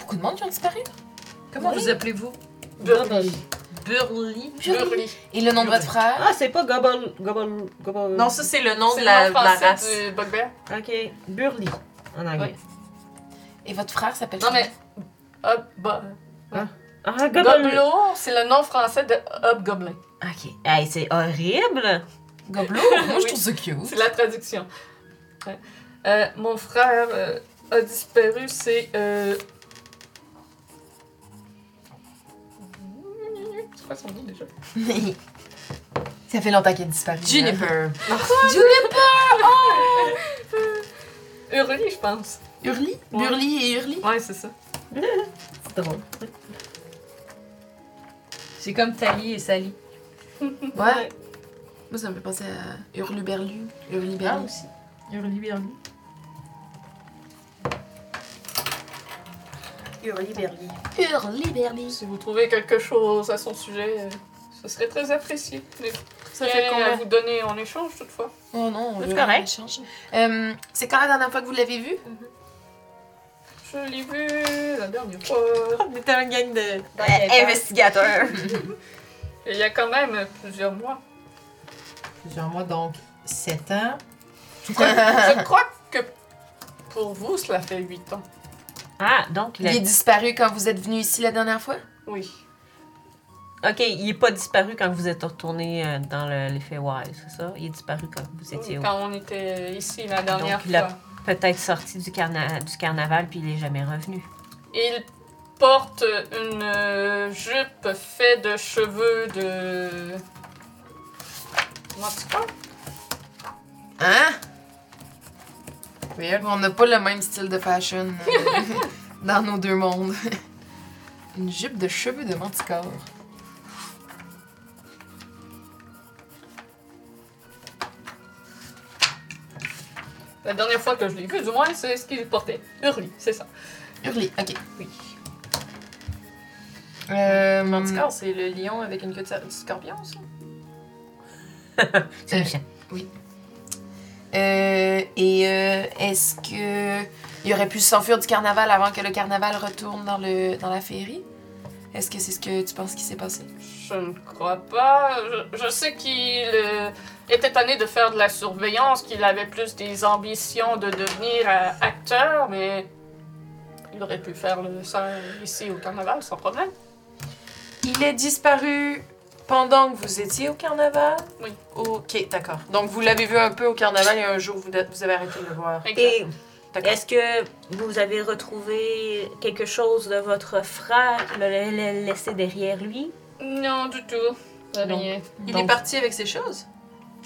Speaker 3: Beaucoup de monde qui ont disparu.
Speaker 2: Comment
Speaker 3: Oui.
Speaker 2: vous appelez-vous
Speaker 1: Burly.
Speaker 2: Burly.
Speaker 1: Burly.
Speaker 3: Et le nom de votre frère?
Speaker 4: Ah, c'est pas Gobble. Gobble. Gobble.
Speaker 2: Non, ça c'est le nom
Speaker 1: C'est
Speaker 2: de
Speaker 1: le
Speaker 2: la,
Speaker 1: nom
Speaker 2: la
Speaker 1: français
Speaker 2: race.
Speaker 1: du bugbear.
Speaker 4: Ok. Burly, en anglais.
Speaker 3: Et votre frère s'appelle
Speaker 1: Non, mais. Hop, bah,
Speaker 4: Ah, Gobble.
Speaker 1: Gobelot, c'est le nom français de Hobgoblin.
Speaker 4: Ok. Hey, c'est horrible.
Speaker 3: Gobelot? Moi, je trouve ça cute.
Speaker 1: C'est la traduction. Ouais. Euh, mon frère euh, a disparu, c'est. Euh... C'est quoi son nom déjà?
Speaker 3: ça fait longtemps qu'il a disparu. hein.
Speaker 2: Juniper.
Speaker 1: Hurly, je pense.
Speaker 3: Hurly?
Speaker 1: Ouais.
Speaker 3: Burly et Hurly?
Speaker 1: Ouais, c'est ça.
Speaker 4: C'est drôle.
Speaker 5: C'est comme Tali et Sally.
Speaker 3: Ouais. Moi, ça me fait penser à Hurluberlu. Hurluberlu aussi.
Speaker 5: Hurly Berly.
Speaker 4: Burly, Burly.
Speaker 3: Hurluberlu.
Speaker 1: Si vous trouvez quelque chose à son sujet, euh, ce serait très apprécié. Mais
Speaker 2: Ça
Speaker 1: rien à vous donner en échange, toutefois.
Speaker 3: Oh non, on
Speaker 4: C'est
Speaker 3: lui a
Speaker 4: correct.
Speaker 3: rien changé. Euh, c'est quand la dernière fois que vous l'avez vu?
Speaker 1: Je l'ai vu la dernière fois.
Speaker 5: On était un gang de.
Speaker 4: investigateur.
Speaker 1: Il y a quand même plusieurs mois.
Speaker 5: Plusieurs mois, donc 7 ans.
Speaker 1: Je crois, je crois que pour vous, cela fait huit ans.
Speaker 4: Ah, donc
Speaker 3: Il
Speaker 4: il a...
Speaker 3: est disparu quand vous êtes venu ici la dernière fois?
Speaker 1: Oui.
Speaker 4: Ok, il est pas disparu quand vous êtes retourné euh, dans le- l'effet Wild, c'est ça? Il est disparu quand vous étiez au-
Speaker 1: Quand on était ici la dernière
Speaker 4: Donc, il a-
Speaker 1: fois.
Speaker 4: peut-être sorti du, carna- du carnaval puis il est jamais revenu.
Speaker 1: Il porte une euh, jupe faite de cheveux de. Comment tu parles?
Speaker 3: Hein? On n'a pas le même style de fashion euh, dans nos deux mondes. Une jupe de cheveux de manticore.
Speaker 1: La dernière fois que je l'ai vu, du moins, c'est ce qu'il portait. Hurly, c'est ça.
Speaker 3: Hurlé, ok.
Speaker 1: Oui.
Speaker 3: Euh,
Speaker 2: Manticore, c'est le lion avec une queue de sa- de scorpion, ça
Speaker 4: C'est
Speaker 3: Euh,
Speaker 4: méchant.
Speaker 3: euh, et euh, est-ce que il aurait pu s'enfuir du carnaval avant que le carnaval retourne dans le dans la féerie Est-ce que c'est ce que tu penses qui s'est passé
Speaker 1: Je ne crois pas. Je, je sais qu'il euh, était tanné de faire de la surveillance, qu'il avait plus des ambitions de devenir euh, acteur, mais il aurait pu faire le ça ici au carnaval sans problème.
Speaker 2: Il est disparu pendant que vous étiez au carnaval
Speaker 1: Oui.
Speaker 2: Ok, d'accord. Donc vous l'avez vu un peu au carnaval et un jour vous, d'a- vous avez arrêté de le voir.
Speaker 1: Exact.
Speaker 4: Et
Speaker 2: D'accord.
Speaker 4: est-ce que vous avez retrouvé quelque chose de votre frère qui l'a l'a laissé derrière lui?
Speaker 1: Non, du tout. Rien.
Speaker 2: Il
Speaker 4: Donc-
Speaker 2: est parti avec ses choses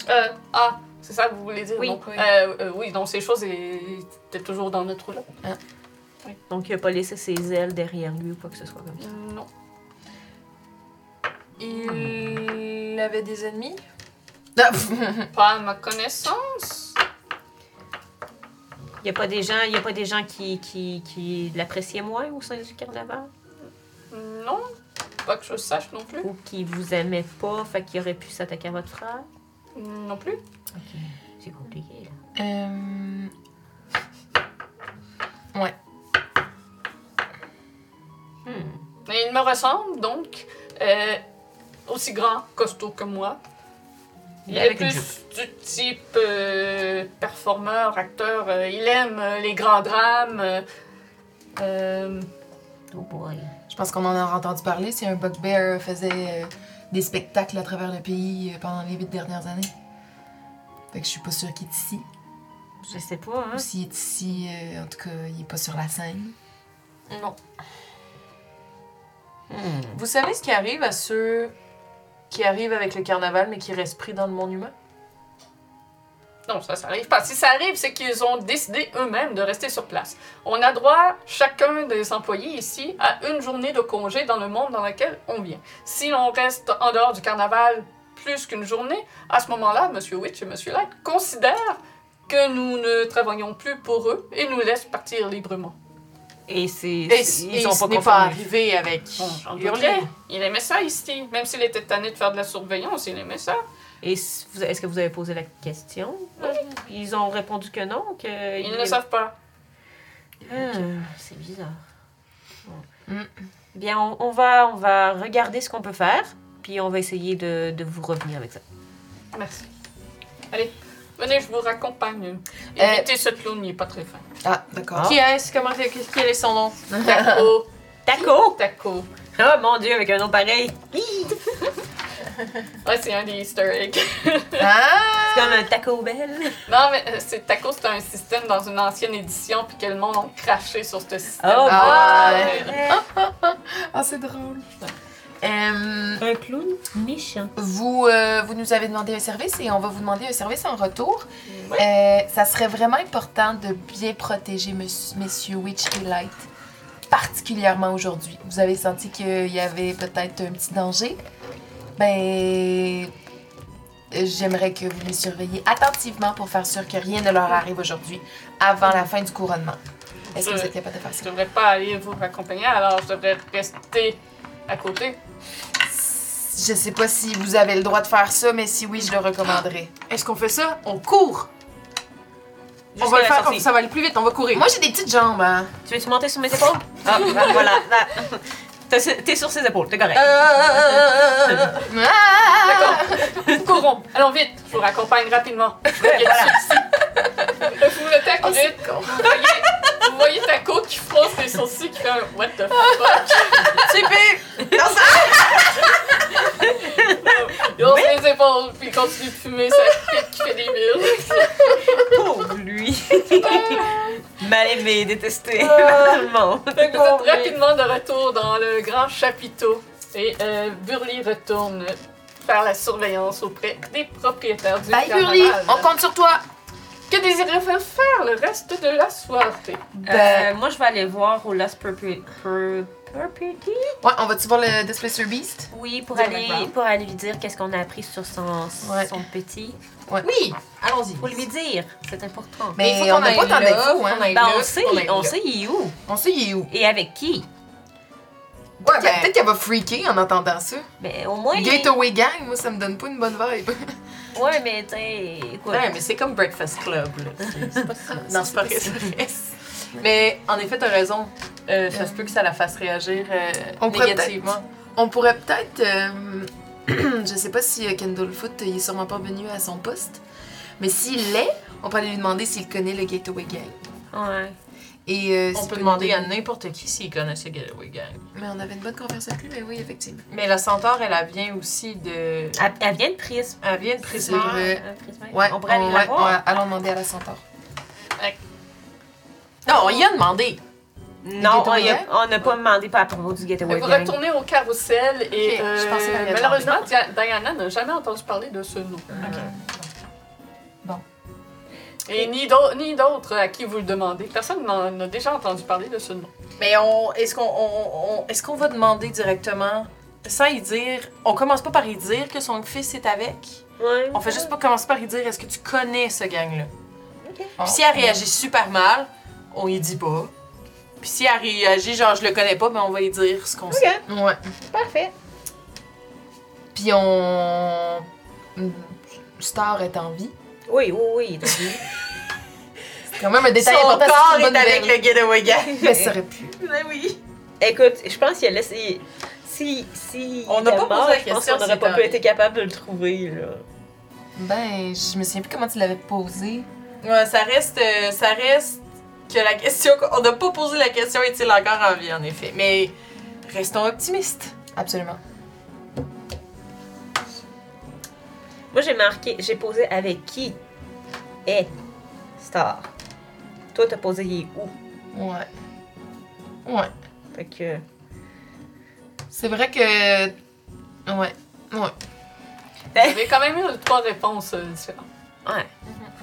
Speaker 1: Euh, ah, c'est ça que vous voulez dire?
Speaker 4: Oui.
Speaker 1: non?
Speaker 2: Oui.
Speaker 1: Euh, euh, oui, donc ces choses étaient toujours dans notre rouleau.
Speaker 4: Donc il a pas laissé ses ailes derrière lui ou quoi que ce soit comme ça.
Speaker 1: Non.
Speaker 2: Ah Il avait des ennemis
Speaker 3: Ah, pff,
Speaker 1: Pas à ma connaissance.
Speaker 4: Il y a pas des gens, il y a pas des gens qui, qui, qui l'appréciaient moins au sein du carnaval?
Speaker 1: Non. Pas que je sache non plus.
Speaker 4: Ou qui vous aimaient pas, fait qu'il aurait pu s'attaquer à votre frère?
Speaker 1: Non plus.
Speaker 4: Ok, c'est compliqué là.
Speaker 3: euh,
Speaker 4: Hmm.
Speaker 1: Mais il me ressemble donc. euh, aussi grand, costaud que moi. Il est
Speaker 4: Avec une
Speaker 1: plus du type euh, performeur, acteur. euh, il aime euh, les grands drames. euh, euh,
Speaker 4: Oh boy.
Speaker 3: Je pense qu'on en a entendu parler. C'est un bugbear faisait euh, des spectacles à travers le pays euh, pendant les huit dernières années. Fait que je suis pas sûre qu'il est ici.
Speaker 4: Je sais pas, hein.
Speaker 3: Ou s'il est ici, euh, en tout cas, il est pas sur la scène.
Speaker 2: Non.
Speaker 4: Hmm.
Speaker 2: Vous savez ce qui arrive à ceux qui arrivent avec le carnaval mais qui restent pris dans le monde humain
Speaker 1: Non, ça, ça arrive pas. Si ça arrive, c'est qu'ils ont décidé eux-mêmes de rester sur place. On a droit, chacun des employés ici, à une journée de congé dans le monde dans lequel on vient. Si on reste en dehors du carnaval plus qu'une journée, à ce moment-là, Monsieur Witch et Monsieur Light considèrent que nous ne travaillons plus pour eux et nous laissent partir librement.
Speaker 4: Et c'est.
Speaker 2: Et,
Speaker 4: c'est-
Speaker 2: et
Speaker 4: ils sont
Speaker 2: ce
Speaker 4: pas
Speaker 2: n'est pas
Speaker 4: conformés.
Speaker 2: arrivé avec
Speaker 1: Bon, j'en
Speaker 2: hurler.
Speaker 1: doutais. Il aimait ça ici. Même s'il était tanné de faire de la surveillance, il aimait ça.
Speaker 4: Et s- vous- est-ce que vous avez posé la question?
Speaker 2: Mm-hmm.
Speaker 4: Ils ont répondu que non, que...
Speaker 1: Ils ne le savent pas.
Speaker 4: Ah, c'est bizarre. Bon.
Speaker 3: Mm.
Speaker 4: Bien, on, on va, on va regarder ce qu'on peut faire, puis on va essayer de, de vous revenir avec ça.
Speaker 1: Merci. Allez, venez, je vous raccompagne.
Speaker 3: Euh,
Speaker 1: Évitez ce clown, il n'est pas très fin.
Speaker 3: Ah, d'accord.
Speaker 2: Qui est-ce Comment quel quel est son nom
Speaker 1: Taco,
Speaker 4: Taco!
Speaker 1: taco.
Speaker 4: Oh mon dieu, avec un nom pareil! Hi!
Speaker 1: Ouais, Ah, c'est un des Easter eggs.
Speaker 3: Ah!
Speaker 4: C'est comme un taco belle.
Speaker 1: Non, mais euh, c'est taco, c'est un système dans une ancienne édition, puis que le monde a craché sur ce système.
Speaker 4: Oh,
Speaker 3: Ah,
Speaker 1: Ouais.
Speaker 3: ouais. Ah, c'est drôle. Euh,
Speaker 4: Un clown méchant.
Speaker 3: vous, euh, vous nous avez demandé un service et on va vous demander un service en retour.
Speaker 1: Ouais.
Speaker 3: Euh, ça serait vraiment important de bien protéger monsieur- messieurs Witch et Light, particulièrement aujourd'hui. Vous avez senti qu'il y avait peut-être un petit danger. Ben, euh, j'aimerais que vous les surveilliez attentivement pour faire sûr que rien ne leur arrive aujourd'hui, avant la fin du couronnement. Est-ce que vous
Speaker 1: Euh,
Speaker 3: êtes capable de faire
Speaker 1: Je
Speaker 3: ça?
Speaker 1: ne devrais pas aller vous raccompagner, alors je devrais rester à côté.
Speaker 3: Je sais pas si vous avez le droit de faire ça, mais si oui, je le recommanderais.
Speaker 2: Est-ce qu'on fait ça On court On
Speaker 4: Jusqu'à
Speaker 2: va le
Speaker 4: la
Speaker 2: faire,
Speaker 4: sortie.
Speaker 2: ça va aller plus vite, on va courir.
Speaker 3: Moi, j'ai des petites jambes, hein.
Speaker 4: Tu veux-tu monter sur mes épaules? Ah, bah, voilà. là. T'as- T'es sur ses épaules, t'es
Speaker 2: Euh,
Speaker 4: correct.
Speaker 3: Euh, Ah!
Speaker 1: Courons, allons vite. Je vous raccompagne rapidement.
Speaker 4: voilà.
Speaker 1: Je vous le tac,
Speaker 3: Oh,
Speaker 1: vite.
Speaker 3: c'est con.
Speaker 1: Vous voyez, vous voyez Taco qui fronce les sourcils, qui fait un What the fuck?
Speaker 4: Ah,
Speaker 1: Il lance les épaules, puis il continue de fumer sa pipe qui fait des milles.
Speaker 4: Pauvre lui. Mal aimé, détesté
Speaker 3: Euh,
Speaker 4: par tout le monde.
Speaker 1: Fait que vous êtes rapidement de retour dans le grand chapiteau et euh, Burly retourne faire la surveillance auprès des propriétaires du
Speaker 3: Bye,
Speaker 1: carnaval.
Speaker 3: Burly! On compte sur toi!
Speaker 1: Que désirez-vous faire le reste de la soirée?
Speaker 3: ben,
Speaker 4: Euh, moi, je vais aller voir au Last Purpity.
Speaker 3: Ouais, on va-tu voir le Displacer Beast?
Speaker 4: Oui, pour
Speaker 1: Dire
Speaker 4: aller,
Speaker 1: McBrown.
Speaker 4: pour aller lui dire qu'est-ce qu'on a appris sur son,
Speaker 3: Ouais.
Speaker 4: son petit.
Speaker 5: Oui, allons-y.
Speaker 4: Pour lui dire, c'est important.
Speaker 2: Il faut
Speaker 3: Mais
Speaker 2: qu'on
Speaker 3: on n'a
Speaker 2: aille
Speaker 3: pas tant
Speaker 2: là,
Speaker 3: d'infos,
Speaker 2: qu'on
Speaker 3: hein.
Speaker 2: aille
Speaker 4: Ben,
Speaker 2: là,
Speaker 4: on sait,
Speaker 2: qu'on aille
Speaker 4: on
Speaker 2: là.
Speaker 4: sait il est où
Speaker 3: On sait il est où.
Speaker 4: et avec qui.
Speaker 3: Peut-être
Speaker 2: ben-
Speaker 3: peut-être qu'elle va freaker en entendant ça.
Speaker 4: Mais Ben, au moins.
Speaker 3: Gateway Gang, moi, ça me donne pas une bonne vibe.
Speaker 4: Ouais, mais t'sais, écoute.
Speaker 2: Ouais, mais c'est comme Breakfast Club. Là. C'est- c'est pas ça. non, c'est pas vrai. c'est vrai. Mais en effet, t'as raison. Euh, ça se peut que ça la fasse réagir euh,
Speaker 3: On pourrait
Speaker 2: négativement.
Speaker 3: On pourrait peut-être. euh, je sais pas si euh, Kendall Foot, il est sûrement pas venu à son poste. Mais s'il l'est, on peut aller lui demander s'il connaît le Gateway Gang.
Speaker 4: Ouais.
Speaker 3: Et, euh,
Speaker 2: On
Speaker 3: s'il
Speaker 2: peut
Speaker 3: nous
Speaker 2: demander à
Speaker 3: donner-
Speaker 2: n'importe qui s'il connaît ce Getaway Gang.
Speaker 3: Mais on avait une bonne conversation avec lui, mais oui, effectivement.
Speaker 2: Mais la centaure, elle, elle vient aussi de.
Speaker 4: Elle, elle vient de Prisme.
Speaker 2: Elle vient de
Speaker 3: C'est
Speaker 2: prison.
Speaker 3: vrai.
Speaker 4: Elle vient de Prisme.
Speaker 3: Ouais,
Speaker 4: on pourrait aller
Speaker 3: on-
Speaker 4: la
Speaker 3: ouais,
Speaker 4: voir.
Speaker 3: ouais, allons demander à la centaure.
Speaker 2: Non, on y a demandé.
Speaker 4: Non, on
Speaker 3: Gateway
Speaker 4: y a-
Speaker 3: Gang?
Speaker 4: on n'a pas demandé pas à propos du Gateway
Speaker 1: vous
Speaker 4: Gang.
Speaker 1: retournez au carrousel et
Speaker 3: Ok, je
Speaker 1: euh,
Speaker 3: pensais qu'elle allait Euh,
Speaker 1: malheureusement, Dia- Diana n'a jamais entendu parler de ce nom.
Speaker 3: Bon.
Speaker 1: Et ni d'au- ni d'autres à qui vous le demandez. Personne n'en a déjà entendu parler de ce nom.
Speaker 2: Mais on, est-ce qu'on on- on- est-ce qu'on va demander directement, sans y dire, on commence pas par y dire que son fils est avec.
Speaker 4: Ouais.
Speaker 2: On fait juste pas commencer par y dire, est-ce que tu connais ce gang-là?
Speaker 3: On-
Speaker 2: Puis si elle réagit super mal, on y dit pas. Puis si elle réagit, genre je le connais pas, mais on va y dire ce qu'on sait.
Speaker 3: Ouais.
Speaker 4: Parfait.
Speaker 3: Puis on. Star est en vie.
Speaker 4: Oui, oui, oui. t'as dit.
Speaker 3: C'est quand même un détail
Speaker 2: Son
Speaker 3: important.
Speaker 2: corps
Speaker 3: c'est une
Speaker 2: est
Speaker 3: bonne
Speaker 2: avec
Speaker 3: nouvelle.
Speaker 2: le getaway gang.
Speaker 3: Mais ça aurait pu.
Speaker 4: Ben oui. Écoute, je pense qu'il a laissé. Si. si
Speaker 2: On n'a
Speaker 4: il est
Speaker 2: pas posé
Speaker 4: mort,
Speaker 2: la
Speaker 4: Je pense
Speaker 2: question
Speaker 4: qu'on n'aurait
Speaker 2: s'il
Speaker 4: pas
Speaker 2: est
Speaker 4: pu
Speaker 2: en
Speaker 4: être capable de le trouver, là.
Speaker 3: Ben, je me souviens plus comment tu l'avais posé.
Speaker 2: Ouais, ça reste, euh, ça reste que la question, qu'on- on n'a pas posé la question, est-il encore en vie en effet. Mais restons optimistes.
Speaker 3: Absolument.
Speaker 4: Moi, j'ai marqué. J'ai posé avec qui est star. Toi, t'as posé il est où?
Speaker 3: Ouais. Ouais.
Speaker 4: Fait que.
Speaker 3: C'est vrai que. Ouais.
Speaker 1: Il y avait quand même eu trois réponses euh, différentes
Speaker 4: Ouais.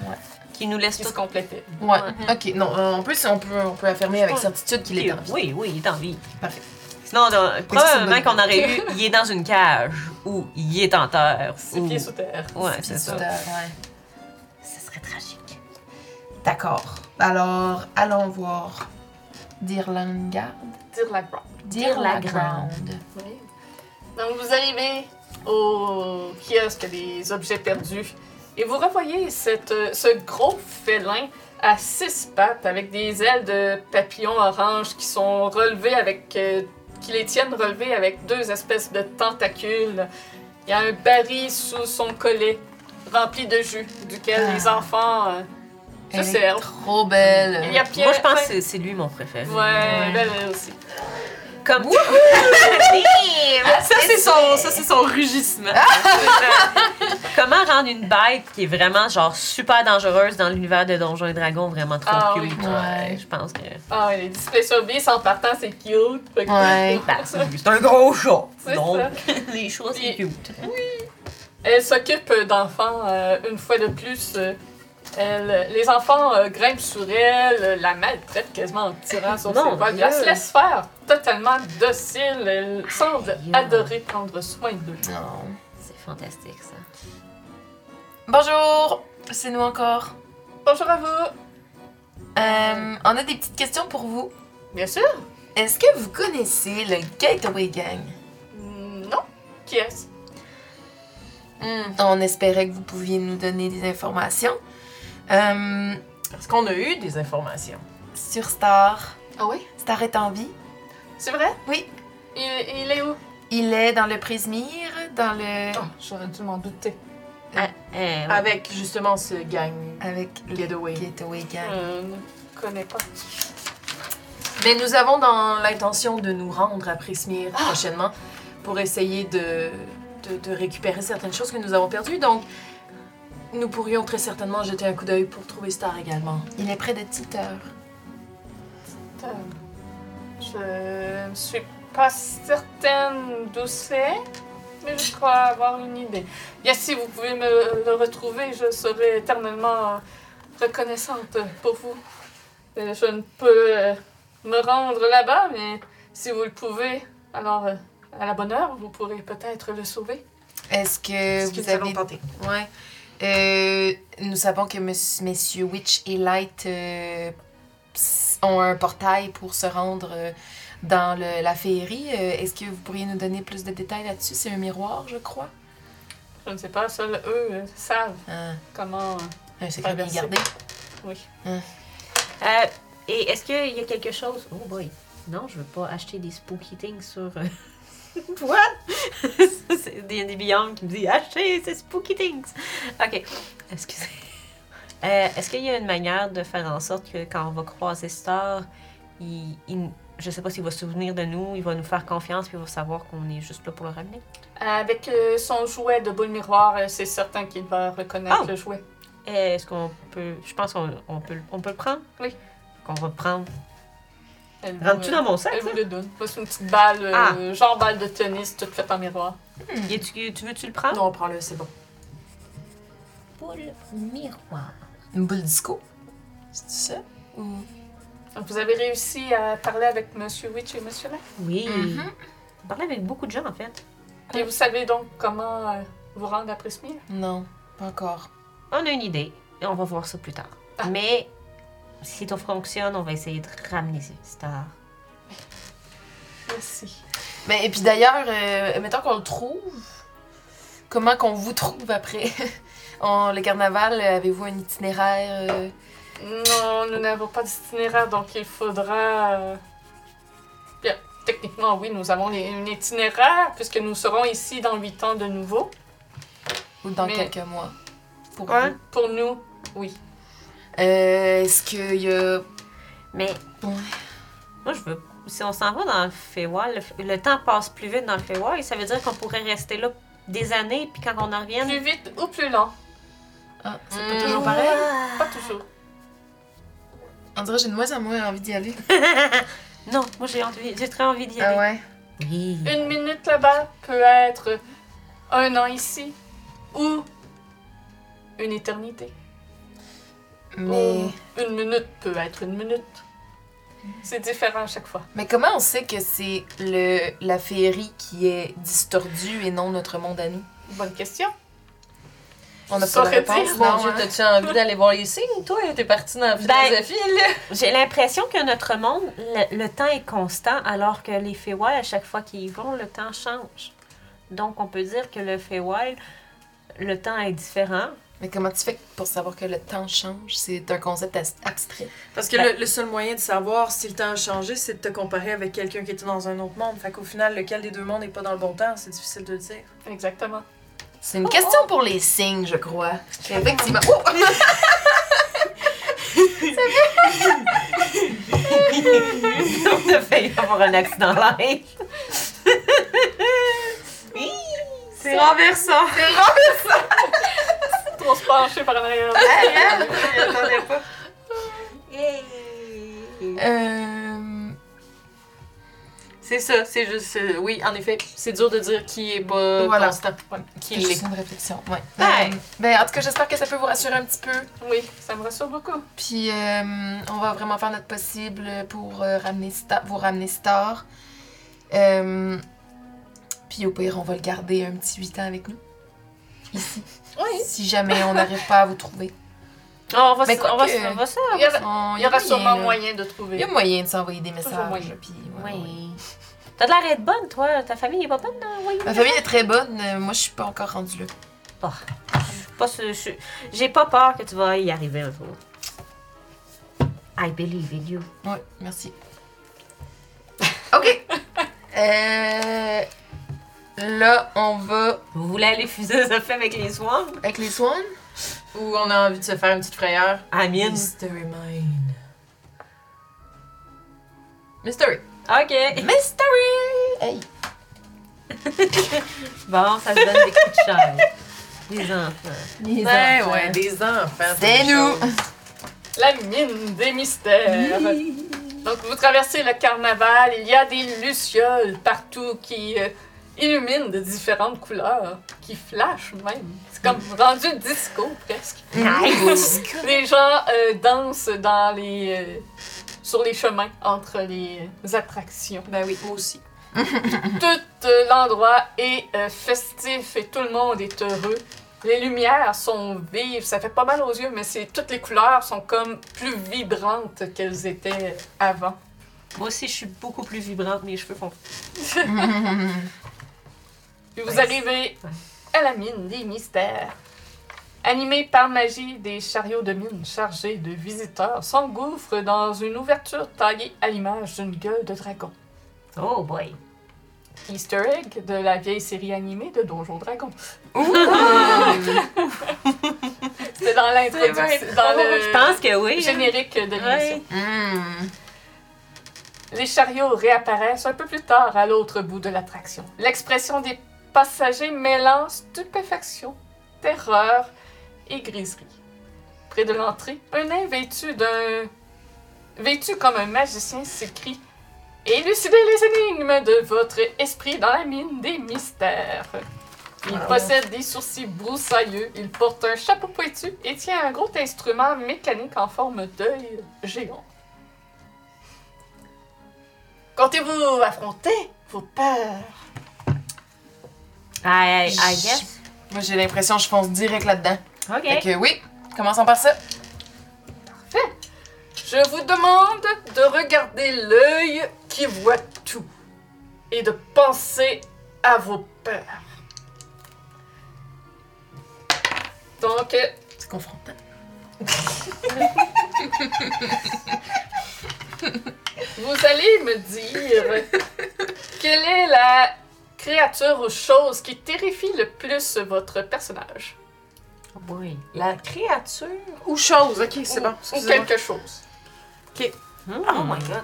Speaker 3: Ouais.
Speaker 4: Qui nous laisse
Speaker 1: qui se
Speaker 4: tout.
Speaker 1: complétaient.
Speaker 3: Ouais.
Speaker 4: Ouais.
Speaker 3: Ok, non, euh, on peut, on peut, on peut affirmer avec
Speaker 4: Ouais.
Speaker 3: certitude qu'il est en vie.
Speaker 4: Oui, oui, il est en vie.
Speaker 3: Parfait.
Speaker 4: Sinon, on a- probablement
Speaker 3: bonne
Speaker 4: qu'on aurait eu il est dans une cage ou il est en terre.
Speaker 1: Six
Speaker 4: ou-
Speaker 1: pieds sous terre.
Speaker 4: Ouais,
Speaker 3: Puis
Speaker 4: c'est
Speaker 3: tout
Speaker 4: ça.
Speaker 3: à- ouais.
Speaker 4: Ça serait tragique.
Speaker 3: D'accord. Alors, allons voir. Dirlanga.
Speaker 1: Dire la croix.
Speaker 3: Dirlagrande.
Speaker 1: Oui. Donc vous arrivez au kiosque des objets perdus et vous revoyez cette, euh, ce gros félin à six pattes avec des ailes de papillon orange qui sont relevées avec euh, qui les tiennent relevées avec deux espèces de tentacules. Il y a un baril sous son collet rempli de jus duquel
Speaker 3: Ah.
Speaker 1: les enfants euh, se
Speaker 3: Elle est
Speaker 1: servent.
Speaker 3: Trop belle.
Speaker 1: Il y a Pierre.
Speaker 4: Moi, je pense que
Speaker 1: ouais.
Speaker 4: c'est- c'est lui mon préféré.
Speaker 1: Ouais, ben, elle aussi.
Speaker 4: Comme
Speaker 3: Wouhou!
Speaker 4: ça, c'est son, ça, c'est son rugissement. Comment rendre une bête qui est vraiment genre super dangereuse dans l'univers de Donjons et Dragons vraiment trop
Speaker 1: Ah
Speaker 4: cute?
Speaker 1: oui.
Speaker 3: Ouais.
Speaker 4: Je pense que.
Speaker 1: Ah, les displays sur biais en partant, c'est cute. Fait que-
Speaker 3: Ouais.
Speaker 4: Bah, c'est c'est un gros chat.
Speaker 1: C'est
Speaker 4: Donc, les choses, c'est
Speaker 1: Puis-
Speaker 4: cute.
Speaker 1: Elle s'occupe d'enfants euh, une fois de plus. euh, elle- les enfants euh, grimpent sur elle, euh, la maltraite quasiment en tirant sur
Speaker 4: Mon
Speaker 1: ses poils.
Speaker 4: Dieu.
Speaker 1: Elle se laisse faire, totalement docile. Elle semble
Speaker 4: Aïe.
Speaker 1: adorer prendre soin d'eux.
Speaker 3: Non.
Speaker 4: C'est fantastique, ça.
Speaker 3: Bonjour. C'est nous encore.
Speaker 1: Bonjour à vous.
Speaker 3: Euh, on a des petites questions pour vous.
Speaker 1: Bien sûr.
Speaker 3: Est-ce que vous connaissez le Gateway Gang?
Speaker 1: Mm, Non. Qui est-ce?
Speaker 3: On espérait que vous pouviez nous donner des informations. Euh,
Speaker 2: Parce qu'on a eu des informations.
Speaker 3: sur Star.
Speaker 1: Ah oui?
Speaker 3: Star est en vie.
Speaker 1: C'est vrai?
Speaker 3: Oui.
Speaker 1: Il, il est où?
Speaker 3: Il est dans le Prismir, dans le.
Speaker 1: Oh, J'aurais dû m'en douter.
Speaker 4: Eh, ouais.
Speaker 2: Avec justement ce gang
Speaker 3: Avec le
Speaker 2: Getaway.
Speaker 3: Gateway Gang.
Speaker 1: Je Euh, ne connais pas.
Speaker 2: Mais nous avons dans l'intention de nous rendre à Prismir
Speaker 3: Ah!
Speaker 2: prochainement pour essayer de, de, de récupérer certaines choses que nous avons perdues. Donc, nous pourrions très certainement jeter un coup d'œil pour trouver Star également.
Speaker 3: Il est près de Titeur.
Speaker 1: Euh, Je ne suis pas certaine d'où c'est, mais je crois avoir une idée. Bien, si vous pouvez me le retrouver, je serai éternellement reconnaissante pour vous. Euh, Je ne peux euh, me rendre là-bas, mais si vous le pouvez, alors euh, à la bonne heure, vous pourrez peut-être le sauver.
Speaker 3: Est-ce que
Speaker 2: Est-ce que
Speaker 3: vous
Speaker 2: nous allons
Speaker 3: avez.
Speaker 2: tenter?
Speaker 3: Ouais. Euh, nous savons que mes- messieurs Witch et Light euh, s- ont un portail pour se rendre euh, dans le- la féerie. Euh, Est-ce que vous pourriez nous donner plus de détails là-dessus? C'est un miroir, je crois.
Speaker 1: Je ne sais pas, seuls eux euh, savent
Speaker 3: Ah,
Speaker 1: comment. euh,
Speaker 3: un secret bien
Speaker 1: Traverser.
Speaker 3: gardé.
Speaker 1: oui.
Speaker 4: Euh, et est-ce qu'il y a quelque chose. Oh boy. Non, je veux pas acheter des spooky things sur. euh, What? C'est des, des Beyond qui me dit achetez ces spooky things. Ok. Excusez. Euh, est-ce qu'il y a une manière de faire en sorte que quand on va croiser Star, il, il- je sais pas s'il va se souvenir de nous, il va nous faire confiance puis il va savoir qu'on est juste là pour le ramener?
Speaker 1: Avec euh, son jouet de boule miroir, euh, c'est certain qu'il va reconnaître
Speaker 4: Oh.
Speaker 1: le jouet.
Speaker 4: Euh, Est-ce qu'on peut. Je pense qu'on on peut, on peut le prendre?
Speaker 1: Oui.
Speaker 4: Qu'on va le prendre.
Speaker 1: Elle vous,
Speaker 4: Rentre-tu
Speaker 1: euh,
Speaker 4: dans mon sac?
Speaker 1: Elle
Speaker 4: ça?
Speaker 1: vous le donne. Moi, C'est une petite balle, euh,
Speaker 4: Ah.
Speaker 1: genre balle de tennis, toute faite en miroir.
Speaker 4: Y a-tu- tu veux-tu le prendre?
Speaker 2: Non, on prend le, c'est bon.
Speaker 4: Boule miroir.
Speaker 3: Une boule disco. C'est ça? Ou-
Speaker 1: Donc, vous avez réussi à parler avec Monsieur Witch et Monsieur Lac.
Speaker 4: Oui.
Speaker 3: Mhm.
Speaker 4: On parlait avec beaucoup de gens, en fait. Ah!
Speaker 1: Et vous savez donc comment euh, vous rendre à Prismir?
Speaker 3: Non, pas encore.
Speaker 4: On a une idée et on va voir ça plus tard.
Speaker 1: Ah.
Speaker 4: Mais si tout fonctionne, on va essayer de ramener ces stars.
Speaker 1: Merci.
Speaker 3: Mais, et puis d'ailleurs, euh, mettons qu'on le trouve, comment qu'on vous trouve après? En- le carnaval, avez-vous un itinéraire? euh,
Speaker 1: Non, nous n'avons pas d'itinéraire, donc il faudra... euh, Bien, techniquement, oui, nous avons les- un itinéraire, puisque nous serons ici dans huit ans de nouveau.
Speaker 3: ou dans
Speaker 1: Mais-
Speaker 3: quelques mois? Pour
Speaker 4: Ouais.
Speaker 3: vous?
Speaker 1: Pour nous, oui.
Speaker 3: Euh, Est-ce qu'il y a.
Speaker 4: Mais
Speaker 3: Ouais.
Speaker 4: moi, je veux. Si on s'en va dans le Feywild, le, f- le temps passe plus vite dans le Feywild, ça veut dire qu'on pourrait rester là des années, puis quand on en revienne.
Speaker 1: Plus vite ou plus lent,
Speaker 3: Ah, c'est pas
Speaker 2: Mm.
Speaker 3: toujours pareil?
Speaker 1: pas toujours.
Speaker 3: On dirait que j'ai de moins en moins envie d'y aller.
Speaker 4: Non, moi j'ai envie- j'ai très envie d'y
Speaker 3: Ah
Speaker 4: aller.
Speaker 3: ouais?
Speaker 4: Oui.
Speaker 1: Une minute là-bas peut être un an ici ou une éternité.
Speaker 3: Mais,
Speaker 1: Ou une minute peut être une minute. C'est différent à chaque fois.
Speaker 3: mais comment on sait que c'est le la féerie qui est distordue et non notre monde à nous?
Speaker 1: Bonne question.
Speaker 3: On n'a
Speaker 1: Je
Speaker 3: pas de
Speaker 1: saurais
Speaker 3: réponse,
Speaker 1: dire,
Speaker 3: non?
Speaker 1: mon
Speaker 3: hein?
Speaker 5: t'as-tu envie d'aller voir les signes, toi? T'es parti dans la
Speaker 4: Ben-
Speaker 5: philosophie, là?
Speaker 4: J'ai l'impression que notre monde, le, le temps est constant, alors que les Feywild, à chaque fois qu'ils y vont, le temps change. Donc, on peut dire que le Feywild, le temps est différent.
Speaker 3: Mais comment tu fais pour savoir que le temps change? C'est un concept as- abstrait.
Speaker 2: Parce que le, le seul moyen de savoir si le temps a changé, c'est de te comparer avec quelqu'un qui était dans un autre monde. Fait qu'au final, lequel des deux mondes n'est pas dans le bon temps, c'est difficile de le dire.
Speaker 1: Exactement.
Speaker 3: C'est une question pour les signes, je crois. Effectivement. Oh!
Speaker 4: on a failli avoir un accident là.
Speaker 2: C'est renversant!
Speaker 1: Trop se pencher par en arrière.
Speaker 3: Ah.
Speaker 2: attendais pas.
Speaker 3: Euh,
Speaker 2: C'est ça, c'est juste. euh, oui, en effet, c'est dur de dire qui est pas
Speaker 3: Voilà.
Speaker 2: constant.
Speaker 3: C'est
Speaker 2: Qui l'est.
Speaker 3: juste une réflexion, ouais.
Speaker 4: Ouais.
Speaker 3: Euh, ben, en tout cas, j'espère que ça peut vous rassurer un petit peu.
Speaker 1: Oui, ça me rassure beaucoup.
Speaker 3: Puis euh, on va vraiment faire notre possible pour euh, ramener Sta- vous ramener Star. Euh, puis au pire, on va le garder un petit 8 ans avec nous. Ici.
Speaker 1: Oui.
Speaker 3: Si jamais on n'arrive pas à vous trouver.
Speaker 4: on va,
Speaker 3: Mais
Speaker 4: se-
Speaker 3: quoi
Speaker 4: on va,
Speaker 3: que-
Speaker 4: se- on va
Speaker 3: Ah,
Speaker 4: se-
Speaker 1: Il y aura,
Speaker 3: On-
Speaker 1: il y aura sûrement
Speaker 3: là.
Speaker 1: moyen de
Speaker 3: Il y a
Speaker 1: trouver.
Speaker 3: moyen de s'envoyer des messages.
Speaker 1: moyen.
Speaker 3: Puis, ouais, ouais.
Speaker 4: Oui. T'as de l'air d'être bonne, toi. Ta famille est pas bonne, hein? oui. Ah.
Speaker 3: Ma famille est très bonne. euh, Moi, je suis pas encore rendue là.
Speaker 4: Pas ce- je- J'ai pas peur que tu vas y arriver un jour. I believe in you.
Speaker 3: Ouais, merci. OK. Euh, là, on va
Speaker 4: Vous voulez aller fuser ça fait avec les soins?
Speaker 3: avec les swans.
Speaker 2: Ou on a envie de se faire une petite frayeur.
Speaker 4: Amine.
Speaker 2: Mystery Mine. Mystery.
Speaker 4: Ok.
Speaker 3: Mystery! Hey.
Speaker 4: Bon, ça se donne des coups de chair. Des enfants.
Speaker 3: Les
Speaker 2: Ouais,
Speaker 3: enfants.
Speaker 2: Ben ouais, des enfants.
Speaker 3: C'est
Speaker 2: des
Speaker 3: nous.
Speaker 2: choses.
Speaker 1: La mine des mystères. Donc, vous traversez le carnaval, il y a des lucioles partout qui euh, illuminent de différentes couleurs, qui flashent même. C'est comme rendu disco presque.
Speaker 4: Nice!
Speaker 1: Les gens euh, dansent dans les, euh, sur les chemins entre les euh, attractions.
Speaker 2: Ben oui, moi aussi.
Speaker 1: Tout euh, l'endroit est euh, festif et tout le monde est heureux. Les lumières sont vives, ça fait pas mal aux yeux, mais c'est toutes les couleurs sont comme plus vibrantes qu'elles étaient avant.
Speaker 4: Moi aussi, je suis beaucoup plus vibrante, mes cheveux font.
Speaker 1: Puis vous
Speaker 4: Nice.
Speaker 1: arrivez à la mine des mystères. Animée par magie, des chariots de mine chargés de visiteurs s'engouffrent dans une ouverture taillée à l'image d'une gueule de dragon.
Speaker 4: Oh boy!
Speaker 1: Easter egg de la vieille série animée de Donjon Dragon. C'était dans
Speaker 2: C'est
Speaker 1: l'introduction,
Speaker 2: bien
Speaker 1: dans
Speaker 4: Oh, Je
Speaker 1: le
Speaker 4: pense que oui. hein.
Speaker 1: générique de l'émission.
Speaker 4: Ouais.
Speaker 3: Mm.
Speaker 1: Les chariots réapparaissent un peu plus tard à l'autre bout de l'attraction. L'expression des passagers mélange stupéfaction, terreur et griserie. Près de l'entrée, un nain vêtu d'un vêtu comme un magicien s'écrie Élucidez les énigmes de votre esprit dans la mine des mystères. Il
Speaker 2: Wow.
Speaker 1: possède des sourcils broussailleux, il porte un chapeau pointu et tient un gros instrument mécanique en forme d'œil géant. Comptez-vous affronter vos peurs?
Speaker 4: I, I- I guess.
Speaker 3: Moi, j'ai l'impression que je fonce direct là-dedans.
Speaker 4: Ok.
Speaker 3: Fait que oui, commençons par ça.
Speaker 1: Je vous demande de regarder l'œil qui voit tout et de penser à vos peurs. Donc, euh,
Speaker 3: C'est confrontant.
Speaker 1: vous allez me dire quelle est la créature ou chose qui terrifie le plus votre personnage
Speaker 4: Oh boy.
Speaker 2: La créature ou chose. Ok, c'est
Speaker 1: Ou-
Speaker 2: bon.
Speaker 1: ou
Speaker 2: excusez-moi.
Speaker 1: quelque chose.
Speaker 4: Hmm.
Speaker 2: Oh my god.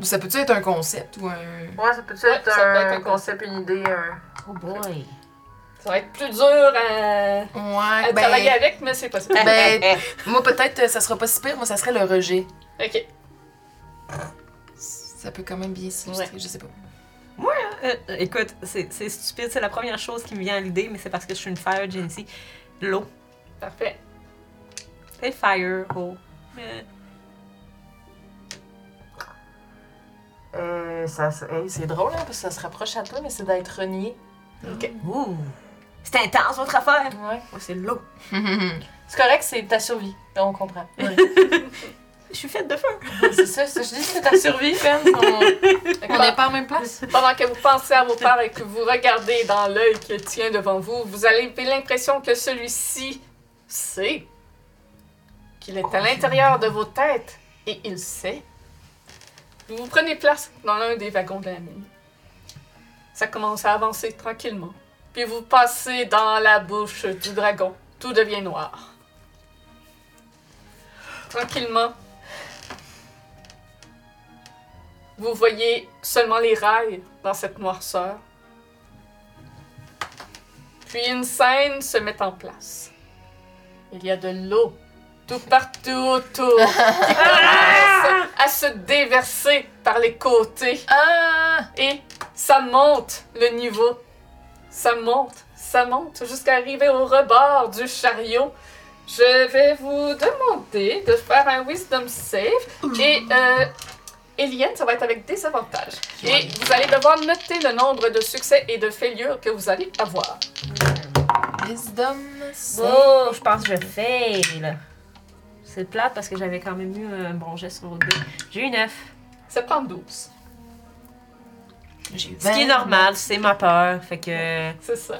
Speaker 3: Ou ça peut-tu être un concept ou un.
Speaker 2: Ouais, ça peut
Speaker 1: Ouais, ça peut être un
Speaker 2: concept, une idée. un-
Speaker 4: Oh boy.
Speaker 1: Ça va être plus dur à,
Speaker 3: Ouais,
Speaker 1: à travailler avec, mais c'est possible.
Speaker 3: ben, moi peut-être euh, ça sera pas si pire, moi ça serait le rejet.
Speaker 1: Ok.
Speaker 3: Ça peut quand même bien s'illustrer, je sais pas.
Speaker 4: Euh, euh, écoute, c'est c'est stupide, c'est la première chose qui me vient à l'idée, mais c'est parce que je suis une fire Gency. L'eau.
Speaker 1: Parfait.
Speaker 4: C'est fire, eau. Euh,
Speaker 2: Euh, ça, se- hey, c'est drôle, hein, parce que ça se rapproche à toi, mais c'est d'être renié.
Speaker 4: Ouh. C'est intense votre affaire.
Speaker 2: Ouais.
Speaker 4: Moi, c'est l'eau.
Speaker 2: C'est correct, c'est ta survie. Là, on comprend.
Speaker 4: Je suis faite de feu.
Speaker 2: c'est ça, c'est- je dis c'est ta survie, Ben. On
Speaker 1: D'accord.
Speaker 2: n'est pas en même place.
Speaker 1: Pendant que vous pensez à vos pères et que vous regardez dans l'œil qui tient devant vous, vous avez l'impression que celui-ci sait qu'il est à l'intérieur de vos têtes et il sait. Vous vous prenez place dans l'un des wagons de la mine. Ça commence à avancer tranquillement. Puis vous passez dans la bouche du dragon. Tout devient noir. Tranquillement, Vous voyez seulement les rails dans cette noirceur. Puis une scène se met en place. Il y a de l'eau tout partout autour qui commence à se déverser par les côtés.
Speaker 3: ah!
Speaker 1: Et ça monte le niveau. Ça monte, ça monte jusqu'à arriver au rebord du chariot. Je vais vous demander de faire un wisdom save. Et euh, Eliane, ça va être avec des avantages. Et vous allez devoir noter le nombre de succès et de failures que vous allez avoir.
Speaker 3: Wisdom, c'est...
Speaker 4: Oh, je pense que je fail. C'est plate parce que j'avais quand même eu un bon geste sur l'autre dé. J'ai eu 9.
Speaker 1: Ça prend 12.
Speaker 3: J'ai eu
Speaker 4: Ce qui
Speaker 3: 20.
Speaker 4: est normal, c'est ma peur. Fait que
Speaker 1: C'est ça.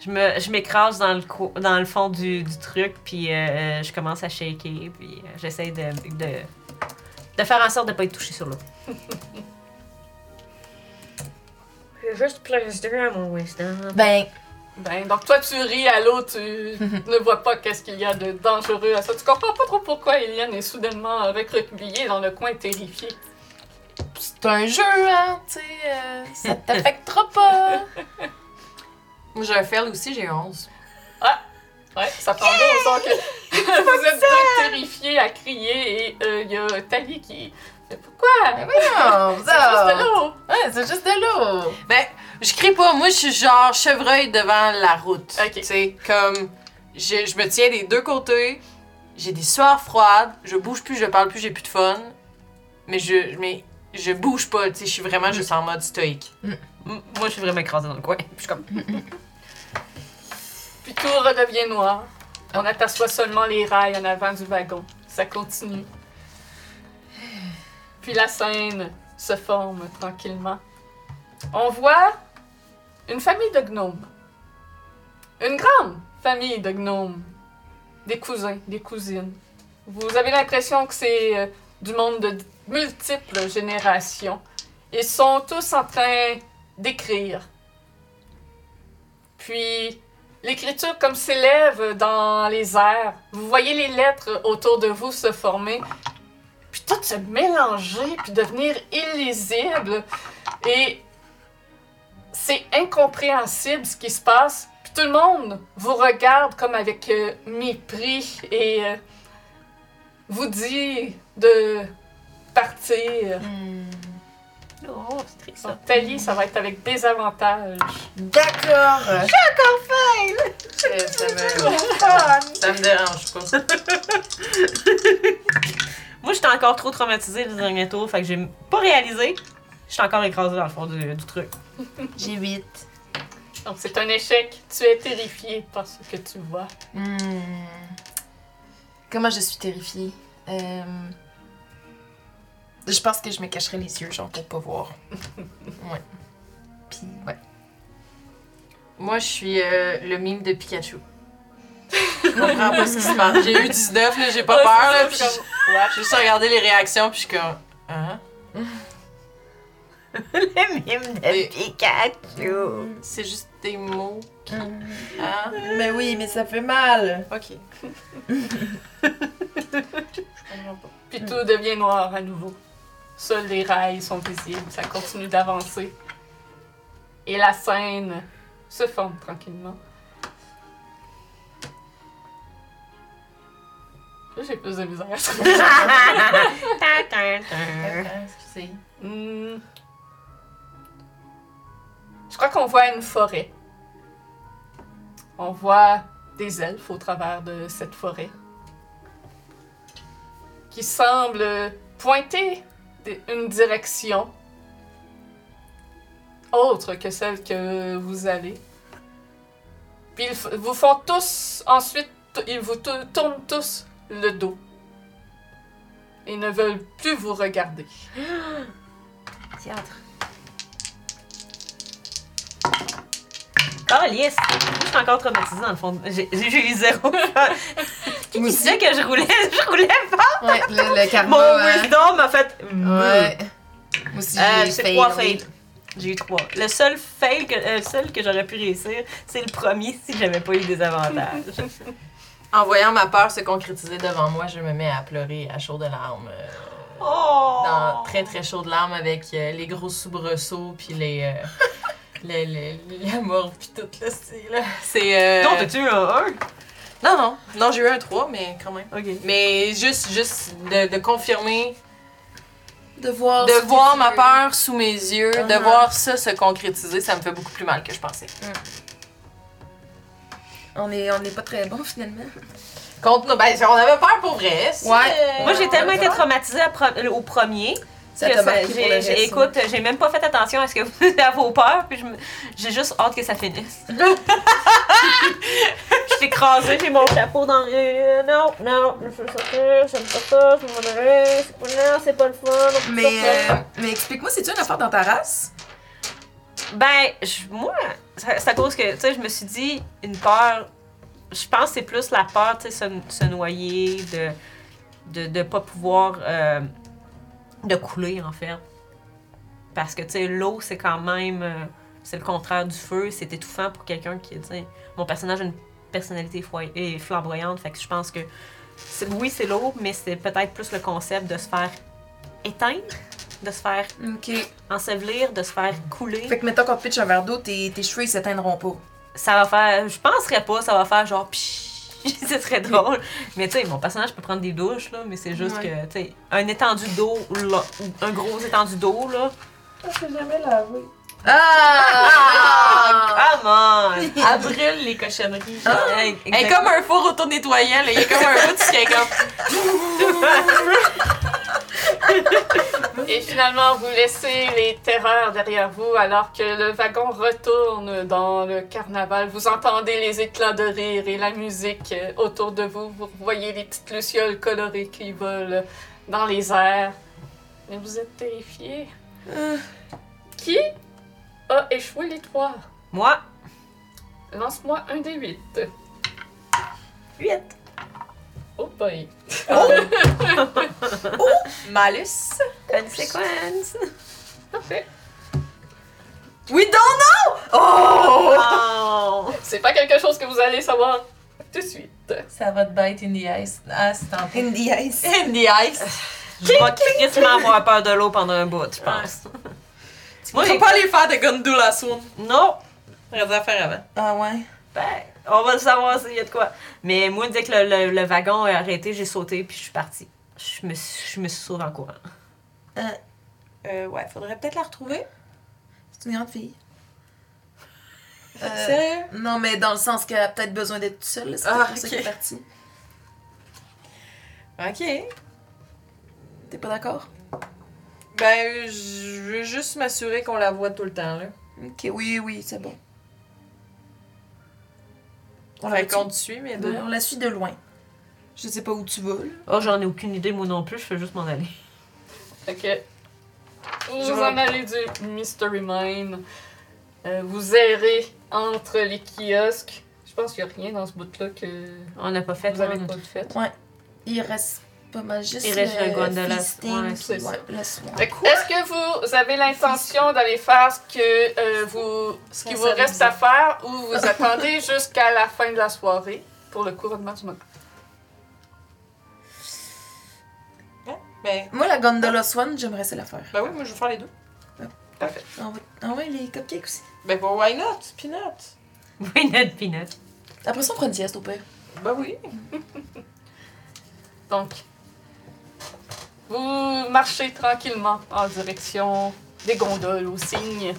Speaker 4: je me je m'écrase dans le co- dans le fond du, du truc, puis euh, je commence à shaker, puis euh, j'essaie de, de de faire en sorte de pas être touché sur l'eau. J'ai juste plus 2 à mon hein. wisdom.
Speaker 3: Ben,
Speaker 1: Ben, donc toi, tu ris à l'eau, tu ne vois pas qu'est-ce qu'il y a de dangereux à ça. Tu comprends pas trop pourquoi Eliane est soudainement recroquevillée dans le coin terrifiée.
Speaker 3: c'est un jeu, hein, tu sais, euh, ça t'affectera pas.
Speaker 2: Moi, j'ai un fail aussi, j'ai 11.
Speaker 1: Ouais, ça prend deux sens que vous êtes deux terrifiés à crier et euh, il y a Tali qui. Mais pourquoi? Ah!
Speaker 3: Ben voyons,
Speaker 1: C'est juste de
Speaker 3: ça!
Speaker 1: l'eau!
Speaker 3: Ouais, c'est juste de l'eau!
Speaker 2: Ben, je crie pas. Moi, je suis genre chevreuil devant la route.
Speaker 1: Ok.
Speaker 2: Tu sais, comme, je, je me tiens des deux côtés. J'ai des sueurs froides. Je bouge plus, je parle plus, j'ai plus de fun. Mais je, mais je bouge pas. Tu sais, je suis vraiment juste en mode stoïque.
Speaker 4: M- Moi, je suis vraiment écrasée dans le coin. Je suis comme.
Speaker 1: Puis tout redevient noir. On aperçoit seulement les rails en avant du wagon. Ça continue. Puis la scène se forme tranquillement. On voit une famille de gnomes. Une grande famille de gnomes. Des cousins, des cousines. Vous avez l'impression que c'est euh, du monde de multiples générations. Ils sont tous en train d'écrire. Puis L'écriture comme s'élève dans les airs. Vous voyez les lettres autour de vous se former, puis tout se mélanger, puis devenir illisible. Et c'est incompréhensible ce qui se passe. Puis tout le monde vous regarde comme avec euh, mépris et euh, vous dit de partir.
Speaker 3: Hmm.
Speaker 4: Oh, c'est triste ça.
Speaker 1: Donc, Thalie, ça va être avec des avantages.
Speaker 3: D'accord!
Speaker 2: Eh, Ça me, ça me dérange pas.
Speaker 4: Moi, j'étais encore trop traumatisée du dernier tour, fait que j'ai pas réalisé. J'étais encore écrasée dans le fond du, du truc.
Speaker 3: J'ai 8.
Speaker 1: Donc, c'est un échec. Tu es terrifié par ce que tu vois.
Speaker 3: Hmm. Comment je suis terrifiée. Euh, Je pense que je me cacherai les yeux, genre, pour pas voir. ouais. Puis, ouais.
Speaker 2: Moi, je suis euh, le mime de Pikachu. Je comprends pas ce qui se passe. J'ai eu 19, là, j'ai pas
Speaker 1: Ouais,
Speaker 2: peur, là,
Speaker 1: c'est
Speaker 2: puis
Speaker 1: ça, c'est comme- Ouais.
Speaker 2: j'ai juste regardé les réactions, puis je suis comme... Hein?
Speaker 4: Le mime de
Speaker 2: Et-
Speaker 4: Pikachu.
Speaker 2: C'est juste des mots qui... Hein?
Speaker 5: Mais oui, mais ça fait mal.
Speaker 2: Ok.
Speaker 1: Puis tout devient noir à nouveau. Seuls les rails sont visibles, ça continue d'avancer. Et la scène se forme tranquillement. j'ai plus de misère. à trouver.
Speaker 4: Tin, tin, tin.
Speaker 5: Attends, excusez.
Speaker 1: Hmm. Je crois qu'on voit une forêt. On voit des elfes au travers de cette forêt qui semblent pointer d- une direction autre que celle que vous allez. Puis ils f- vous font tous, ensuite, t- ils vous tou- tournent tous le dos. Ils ne veulent plus vous regarder.
Speaker 4: Théâtre. Oh, yes! Je suis encore traumatisée dans le fond. J'ai j'ai eu zéro. Qui me disait que je roulais? Je roulais pas!
Speaker 3: Ouais, le, le karma.
Speaker 4: Mon
Speaker 3: hein.
Speaker 4: wisdom m'a fait.
Speaker 3: Ouais. Moi aussi,
Speaker 4: Euh,
Speaker 3: j'ai
Speaker 4: c'est
Speaker 3: fail,
Speaker 4: trois
Speaker 3: oui.
Speaker 4: fails. J'ai eu trois. Le seul fail que, euh, le seul que j'aurais pu réussir, c'est le premier si j'avais pas eu des avantages.
Speaker 2: En voyant ma peur se concrétiser devant moi, je me mets à pleurer à chaudes larmes. euh,
Speaker 4: oh!
Speaker 2: dans très très chaudes larmes avec euh, les gros soubresauts puis les, euh, les, les- les- la mort puis tout là, c'est là. C'est euh,
Speaker 4: Non, t'as-tu eu un 1?
Speaker 2: non non, non, j'ai eu un 3 mais quand même.
Speaker 4: Ok.
Speaker 2: Mais juste juste de, de confirmer
Speaker 3: De voir.
Speaker 2: de
Speaker 3: ce que
Speaker 2: voir
Speaker 3: tu
Speaker 2: ma
Speaker 3: veux.
Speaker 2: peur sous mes yeux, de
Speaker 3: Ah.
Speaker 2: voir ça se concrétiser, ça me fait beaucoup plus mal que je pensais.
Speaker 3: On est, on est pas très bon finalement.
Speaker 2: Contre nous, ben, on avait peur pour vrai. c'est-
Speaker 3: Ouais.
Speaker 4: Moi, j'ai
Speaker 3: Ouais,
Speaker 4: tellement
Speaker 3: ouais,
Speaker 4: été
Speaker 3: ouais.
Speaker 4: traumatisée à pro- au premier
Speaker 3: Ça
Speaker 4: que
Speaker 3: t'a
Speaker 4: ça-
Speaker 3: marqué pour
Speaker 4: j'ai-
Speaker 3: le reste.
Speaker 4: j'ai- écoute, j'ai même pas fait attention à ce que vous à vos peurs, puis je me- j'ai juste hâte que ça finisse. je suis écrasée, j'ai mon chapeau dans le. Non, non, je veux sortir, j'aime pas ça, je m'en aller, c'est pas là, c'est pas le fun. on peut
Speaker 3: Mais,
Speaker 4: sortir.
Speaker 3: euh, mais explique-moi, c'est-tu une affaire dans ta race?
Speaker 4: Ben, je- moi, c'est c'est à cause que, tu sais, je me suis dit, une peur, je pense que c'est plus la peur, tu sais, se, se noyer, de de de pas pouvoir, euh, de couler, en fait. Parce que, tu sais, l'eau, c'est quand même, euh, c'est le contraire du feu, c'est étouffant pour quelqu'un qui, tu sais, mon personnage a une personnalité foy- et flamboyante, fait que je pense que, c'est- oui, c'est l'eau, mais c'est peut-être plus le concept de se faire éteindre, de se faire
Speaker 3: Ok.
Speaker 4: ensevelir, de se faire couler.
Speaker 3: Fait que mettons qu'on te pitche un verre d'eau, tes, tes cheveux ils s'éteindront pas.
Speaker 4: ça va faire. Je penserais pas, ça va faire genre pshhh. Ce serait drôle. Mais tu sais, mon personnage peut prendre des douches, là, mais c'est juste que, tu sais, un étendu d'eau, là, ou un gros étendu d'eau, là.
Speaker 3: Ah!
Speaker 4: Ah, come on!
Speaker 2: Avril les cochonneries.
Speaker 4: Hey,
Speaker 2: Elle est Ah! comme un four auto-nettoyant, là. Il y a comme un bout qui est comme.
Speaker 1: Et finalement, vous laissez les terreurs derrière vous alors que le wagon retourne dans le carnaval. Vous entendez les éclats de rire et la musique euh, autour de vous. Vous voyez les petites lucioles colorées qui volent dans les airs. Mais vous êtes terrifiés. Qui a échoué les trois?
Speaker 4: Moi,
Speaker 1: Lance-moi un des huit.
Speaker 4: 8.
Speaker 1: Oh boy!
Speaker 2: Malus.
Speaker 4: Consequence.
Speaker 1: Parfait!
Speaker 3: We don't know! Oh!
Speaker 4: Oh!
Speaker 1: C'est pas quelque chose que vous allez savoir tout de suite.
Speaker 5: Ça va te bite in the ice. Ah, c'est en fait.
Speaker 3: In the ice.
Speaker 2: In the ice.
Speaker 4: Je vais crissement avoir peur de l'eau pendant un bout, je pense.
Speaker 2: Moi,
Speaker 4: Moi,
Speaker 2: je peux pas aller faire de Gundula Swan.
Speaker 4: Non!
Speaker 2: J'aurais dû la faire avant.
Speaker 3: Ah ouais.
Speaker 4: Ben, on va le savoir s'il y a de quoi. Mais moi, dès que le, le- le wagon est arrêté, j'ai sauté puis je suis partie. Je me, suis- je me suis sauvée en courant.
Speaker 2: Euh, ouais, faudrait peut-être la retrouver.
Speaker 3: C'est une grande fille. Euh,
Speaker 2: Sérieux?
Speaker 3: non, mais dans le sens qu'elle a peut-être besoin d'être toute seule. là, C'est
Speaker 2: Ah,
Speaker 3: peut-être pour ça
Speaker 2: ok.
Speaker 3: qu'elle est partie.
Speaker 2: Ok.
Speaker 3: T'es pas d'accord?
Speaker 2: Ben, je veux juste m'assurer qu'on la voit tout le temps, là.
Speaker 3: Ok, oui, oui, c'est bon. On la,
Speaker 2: Fait
Speaker 3: voit-tu?
Speaker 2: qu'on te suit, mais de...
Speaker 3: Ouais, on la suit de loin. Je sais pas où tu vas, là.
Speaker 4: Oh, j'en ai aucune idée, moi non plus, je fais juste m'en aller.
Speaker 1: Ok. Vous
Speaker 2: Je
Speaker 1: vous
Speaker 2: vois.
Speaker 1: en allez du Mystery Mine. Euh, vous errez entre les kiosques. Je pense qu'il n'y a rien dans ce bout-là que
Speaker 4: On n'a pas fait.
Speaker 1: vous avez
Speaker 4: hein.
Speaker 1: pas de fait.
Speaker 3: Il reste pas mal juste
Speaker 4: Il reste
Speaker 3: le
Speaker 4: un gondola.
Speaker 3: feasting,
Speaker 4: Ouais,
Speaker 1: c'est
Speaker 3: puis,
Speaker 1: ça.
Speaker 3: ouais, le soin.
Speaker 1: Fait que, Est-ce que vous avez l'intention d'aller faire ce que euh, vous, ce qui
Speaker 3: Ça,
Speaker 1: vous
Speaker 3: ça
Speaker 1: reste à faire ou vous attendez jusqu'à la fin de la soirée pour le couronnement du monde?
Speaker 2: Ben,
Speaker 3: Moi, la gondola Swan, j'aimerais ça la faire.
Speaker 2: ben oui, moi, je veux faire les deux.
Speaker 3: Ah ouais, ah ouais, les cupcakes aussi.
Speaker 2: Ben, bon, why not? Peanut.
Speaker 4: Peanut, peanut.
Speaker 3: Après ça, on prend une sieste au pire.
Speaker 2: Ben oui.
Speaker 1: Donc, vous marchez tranquillement en direction des gondoles au signe.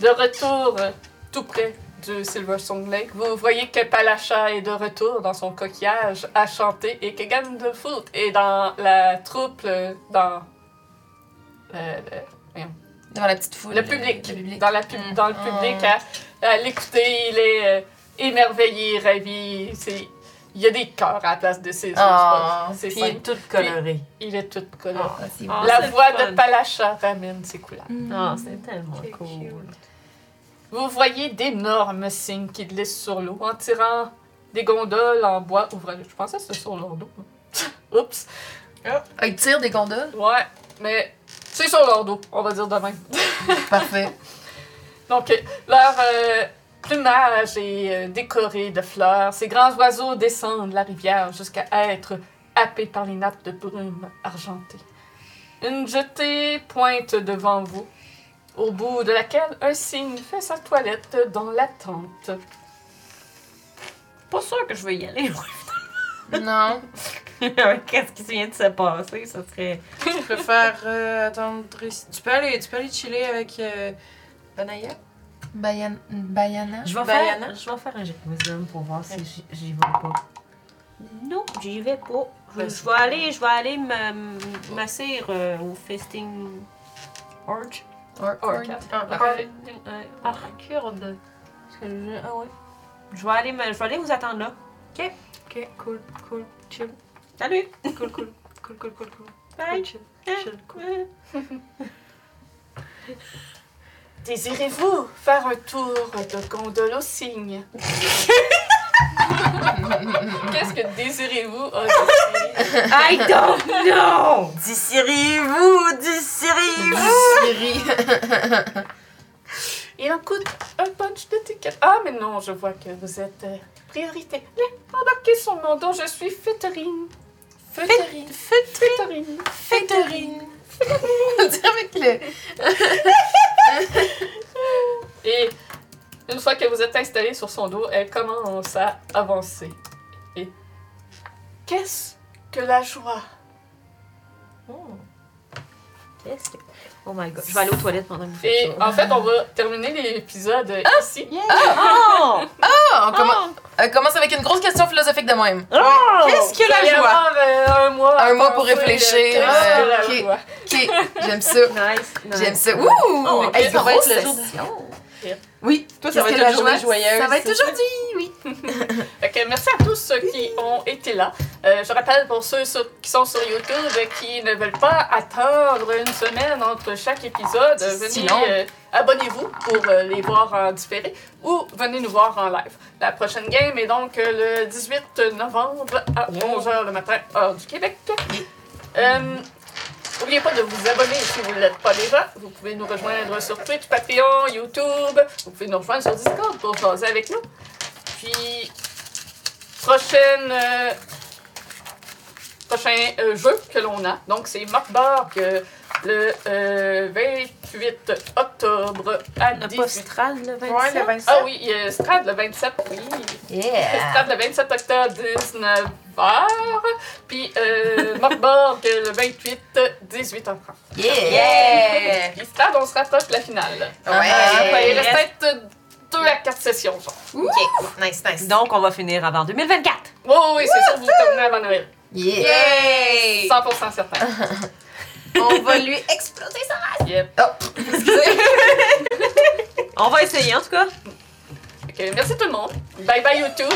Speaker 1: De retour euh, tout près du Silverstone Lake, vous voyez que Palacha est de retour dans son coquillage à chanter et que Gandelfoot est dans la troupe, euh, dans euh, le-
Speaker 3: Devant la petite foule.
Speaker 1: le public,
Speaker 3: Le public. Ah.
Speaker 1: Dans, la pub- dans le public, à, à l'écouter, il est euh, émerveillé, ravi. C'est- Il y a des cœurs à la place de ses yeux.
Speaker 3: Ah,
Speaker 1: c'est
Speaker 2: Puis
Speaker 1: pas- c'est
Speaker 2: il est tout coloré.
Speaker 1: fin. Il est tout coloré.
Speaker 3: Ah, c'est
Speaker 4: Ah,
Speaker 3: beau.
Speaker 1: la
Speaker 4: c'est
Speaker 1: voix
Speaker 4: le fun.
Speaker 1: de Palacha ramène ses couleurs.
Speaker 4: Ah, c'est tellement cool.
Speaker 1: Vous voyez d'énormes signes qui glissent sur l'eau en tirant des gondoles en bois. Ouvrez, je pensais que c'était sur leur dos. Oups.
Speaker 3: Ah, il tire des gondoles.
Speaker 1: Ouais, mais c'est sur leur dos, on va dire de même.
Speaker 3: Parfait.
Speaker 1: Donc, euh, leur euh, plumage est euh, décoré de fleurs. Ces grands oiseaux descendent la rivière jusqu'à être happés par les nappes de brume argentées. Une jetée pointe devant vous, au bout de laquelle un cygne fait sa toilette dans la tente.
Speaker 4: Pas sûr que je veux y aller.
Speaker 3: non.
Speaker 4: Qu'est-ce qui vient de se passer? Ça serait.
Speaker 2: Tu peux faire euh, attendre ici. Tu peux aller, tu peux aller chiller avec euh, Banaya?
Speaker 3: Bayan- Bayana.
Speaker 1: Ben,
Speaker 4: Je vais,
Speaker 2: Bayana?
Speaker 4: faire, je vais faire un jet de wisdom pour voir si j'y- j'y vais ou pas. Non, j'y vais pas. Je, je vais aller, je vais aller me- m'asseoir euh, au festing orge.
Speaker 3: Or- or-
Speaker 1: Parfait.
Speaker 4: Euh, Orcurde. Parce que je- Ah ouais. Je vais aller, me- je vais aller vous attendre là. Ok.
Speaker 2: Ok, cool, cool, chill,
Speaker 4: Salut.
Speaker 2: cool, cool, cool, cool, cool, cool,
Speaker 4: Bye. Ah,
Speaker 2: chill, chill, cool.
Speaker 1: Désirez-vous faire un tour de gondole au cygne? Qu'est-ce que désirez-vous a dit cygne?
Speaker 4: ah. I don't know.
Speaker 2: Dissirez-vous, dissirez-vous!
Speaker 3: Siri.
Speaker 1: Il en coûte un punch de ticket. Ah, mais non, je vois que vous êtes euh, priorité. Mais embarquez son nom dont je suis Féterine. Féterine. Féterine.
Speaker 3: Féterine. On dirait avec le.
Speaker 1: Et une fois que vous êtes installé sur son dos, elle commence à avancer. Et qu'est-ce que la joie
Speaker 4: Oh. Qu'est-ce que. Oh my god. Je vais aller aux toilettes pendant que vous
Speaker 1: Et
Speaker 4: faites ça.
Speaker 1: en fait, on va terminer l'épisode euh,
Speaker 2: Ah!
Speaker 1: ici.
Speaker 4: Oh!
Speaker 3: Ah, on, commen- on commence avec une grosse question philosophique de même.
Speaker 4: Oh!
Speaker 2: Qu'est-ce que
Speaker 1: Il va y
Speaker 2: la joie?
Speaker 1: avoir, euh, un mois.
Speaker 3: Un
Speaker 1: à
Speaker 3: mois pour
Speaker 1: penser de
Speaker 3: réfléchir,
Speaker 1: qu'est-ce que
Speaker 3: euh,
Speaker 1: la
Speaker 3: ok.
Speaker 1: joie.
Speaker 3: Ok, j'aime ça.
Speaker 4: Nice, nice.
Speaker 3: J'aime ça. Ouh!
Speaker 2: Oh,
Speaker 3: Hey,
Speaker 2: ok, ça va
Speaker 3: grosse
Speaker 2: être le jour de-
Speaker 3: session.
Speaker 2: Oui, toi, ça va
Speaker 3: Qu'est-ce
Speaker 2: être
Speaker 3: que la
Speaker 2: une journée
Speaker 3: joie?
Speaker 2: joyeuse.
Speaker 3: Ça va être
Speaker 2: c'est
Speaker 3: aujourd'hui.
Speaker 1: Fait que merci à tous ceux qui ont été là. Euh, je rappelle pour ceux sur- qui sont sur YouTube euh, qui ne veulent pas attendre une semaine entre chaque épisode, euh,
Speaker 3: C'est si
Speaker 1: venez
Speaker 3: long.
Speaker 1: euh, abonnez-vous pour euh, les voir en différé ou venez nous voir en live. La prochaine game est donc euh, le 18 novembre à
Speaker 4: Yeah.
Speaker 1: 11h le matin heure du Québec. Euh, N'oubliez pas de vous abonner si vous ne l'êtes pas déjà. Vous pouvez nous rejoindre sur Twitch, Patreon, YouTube. Vous pouvez nous rejoindre sur Discord pour jaser avec nous. Puis, prochaine, euh, prochain euh, jeu que l'on a, donc c'est Mockbark euh, le euh, 28 octobre à
Speaker 4: On a
Speaker 1: 18.
Speaker 4: pas Strad le 27?
Speaker 2: Ouais, le 27.
Speaker 1: Ah oui, il y a Strad le 27, oui.
Speaker 3: Yeah.
Speaker 1: Strad le 27 octobre, 19h. Puis euh, Mockbark, euh, le 28, 18h30.
Speaker 3: Yeah.
Speaker 1: Puis Strad, on se rapproche de la finale.
Speaker 3: Ah, Ouais.
Speaker 1: Enfin, il
Speaker 4: reste-
Speaker 1: reste peut-être deux à quatre sessions, genre.
Speaker 3: Ok. Nice, nice.
Speaker 4: Donc, on va finir avant 2024.
Speaker 1: Oui, oui, oui, c'est sûr, vous terminez avant Noël.
Speaker 3: Yeah.
Speaker 2: Yay!
Speaker 1: 100% certain.
Speaker 2: On va lui exploser ça!
Speaker 1: Yep.
Speaker 4: On va essayer en tout cas.
Speaker 1: Ok, merci tout le monde. Bye bye YouTube.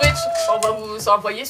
Speaker 1: Twitch, on va vous envoyer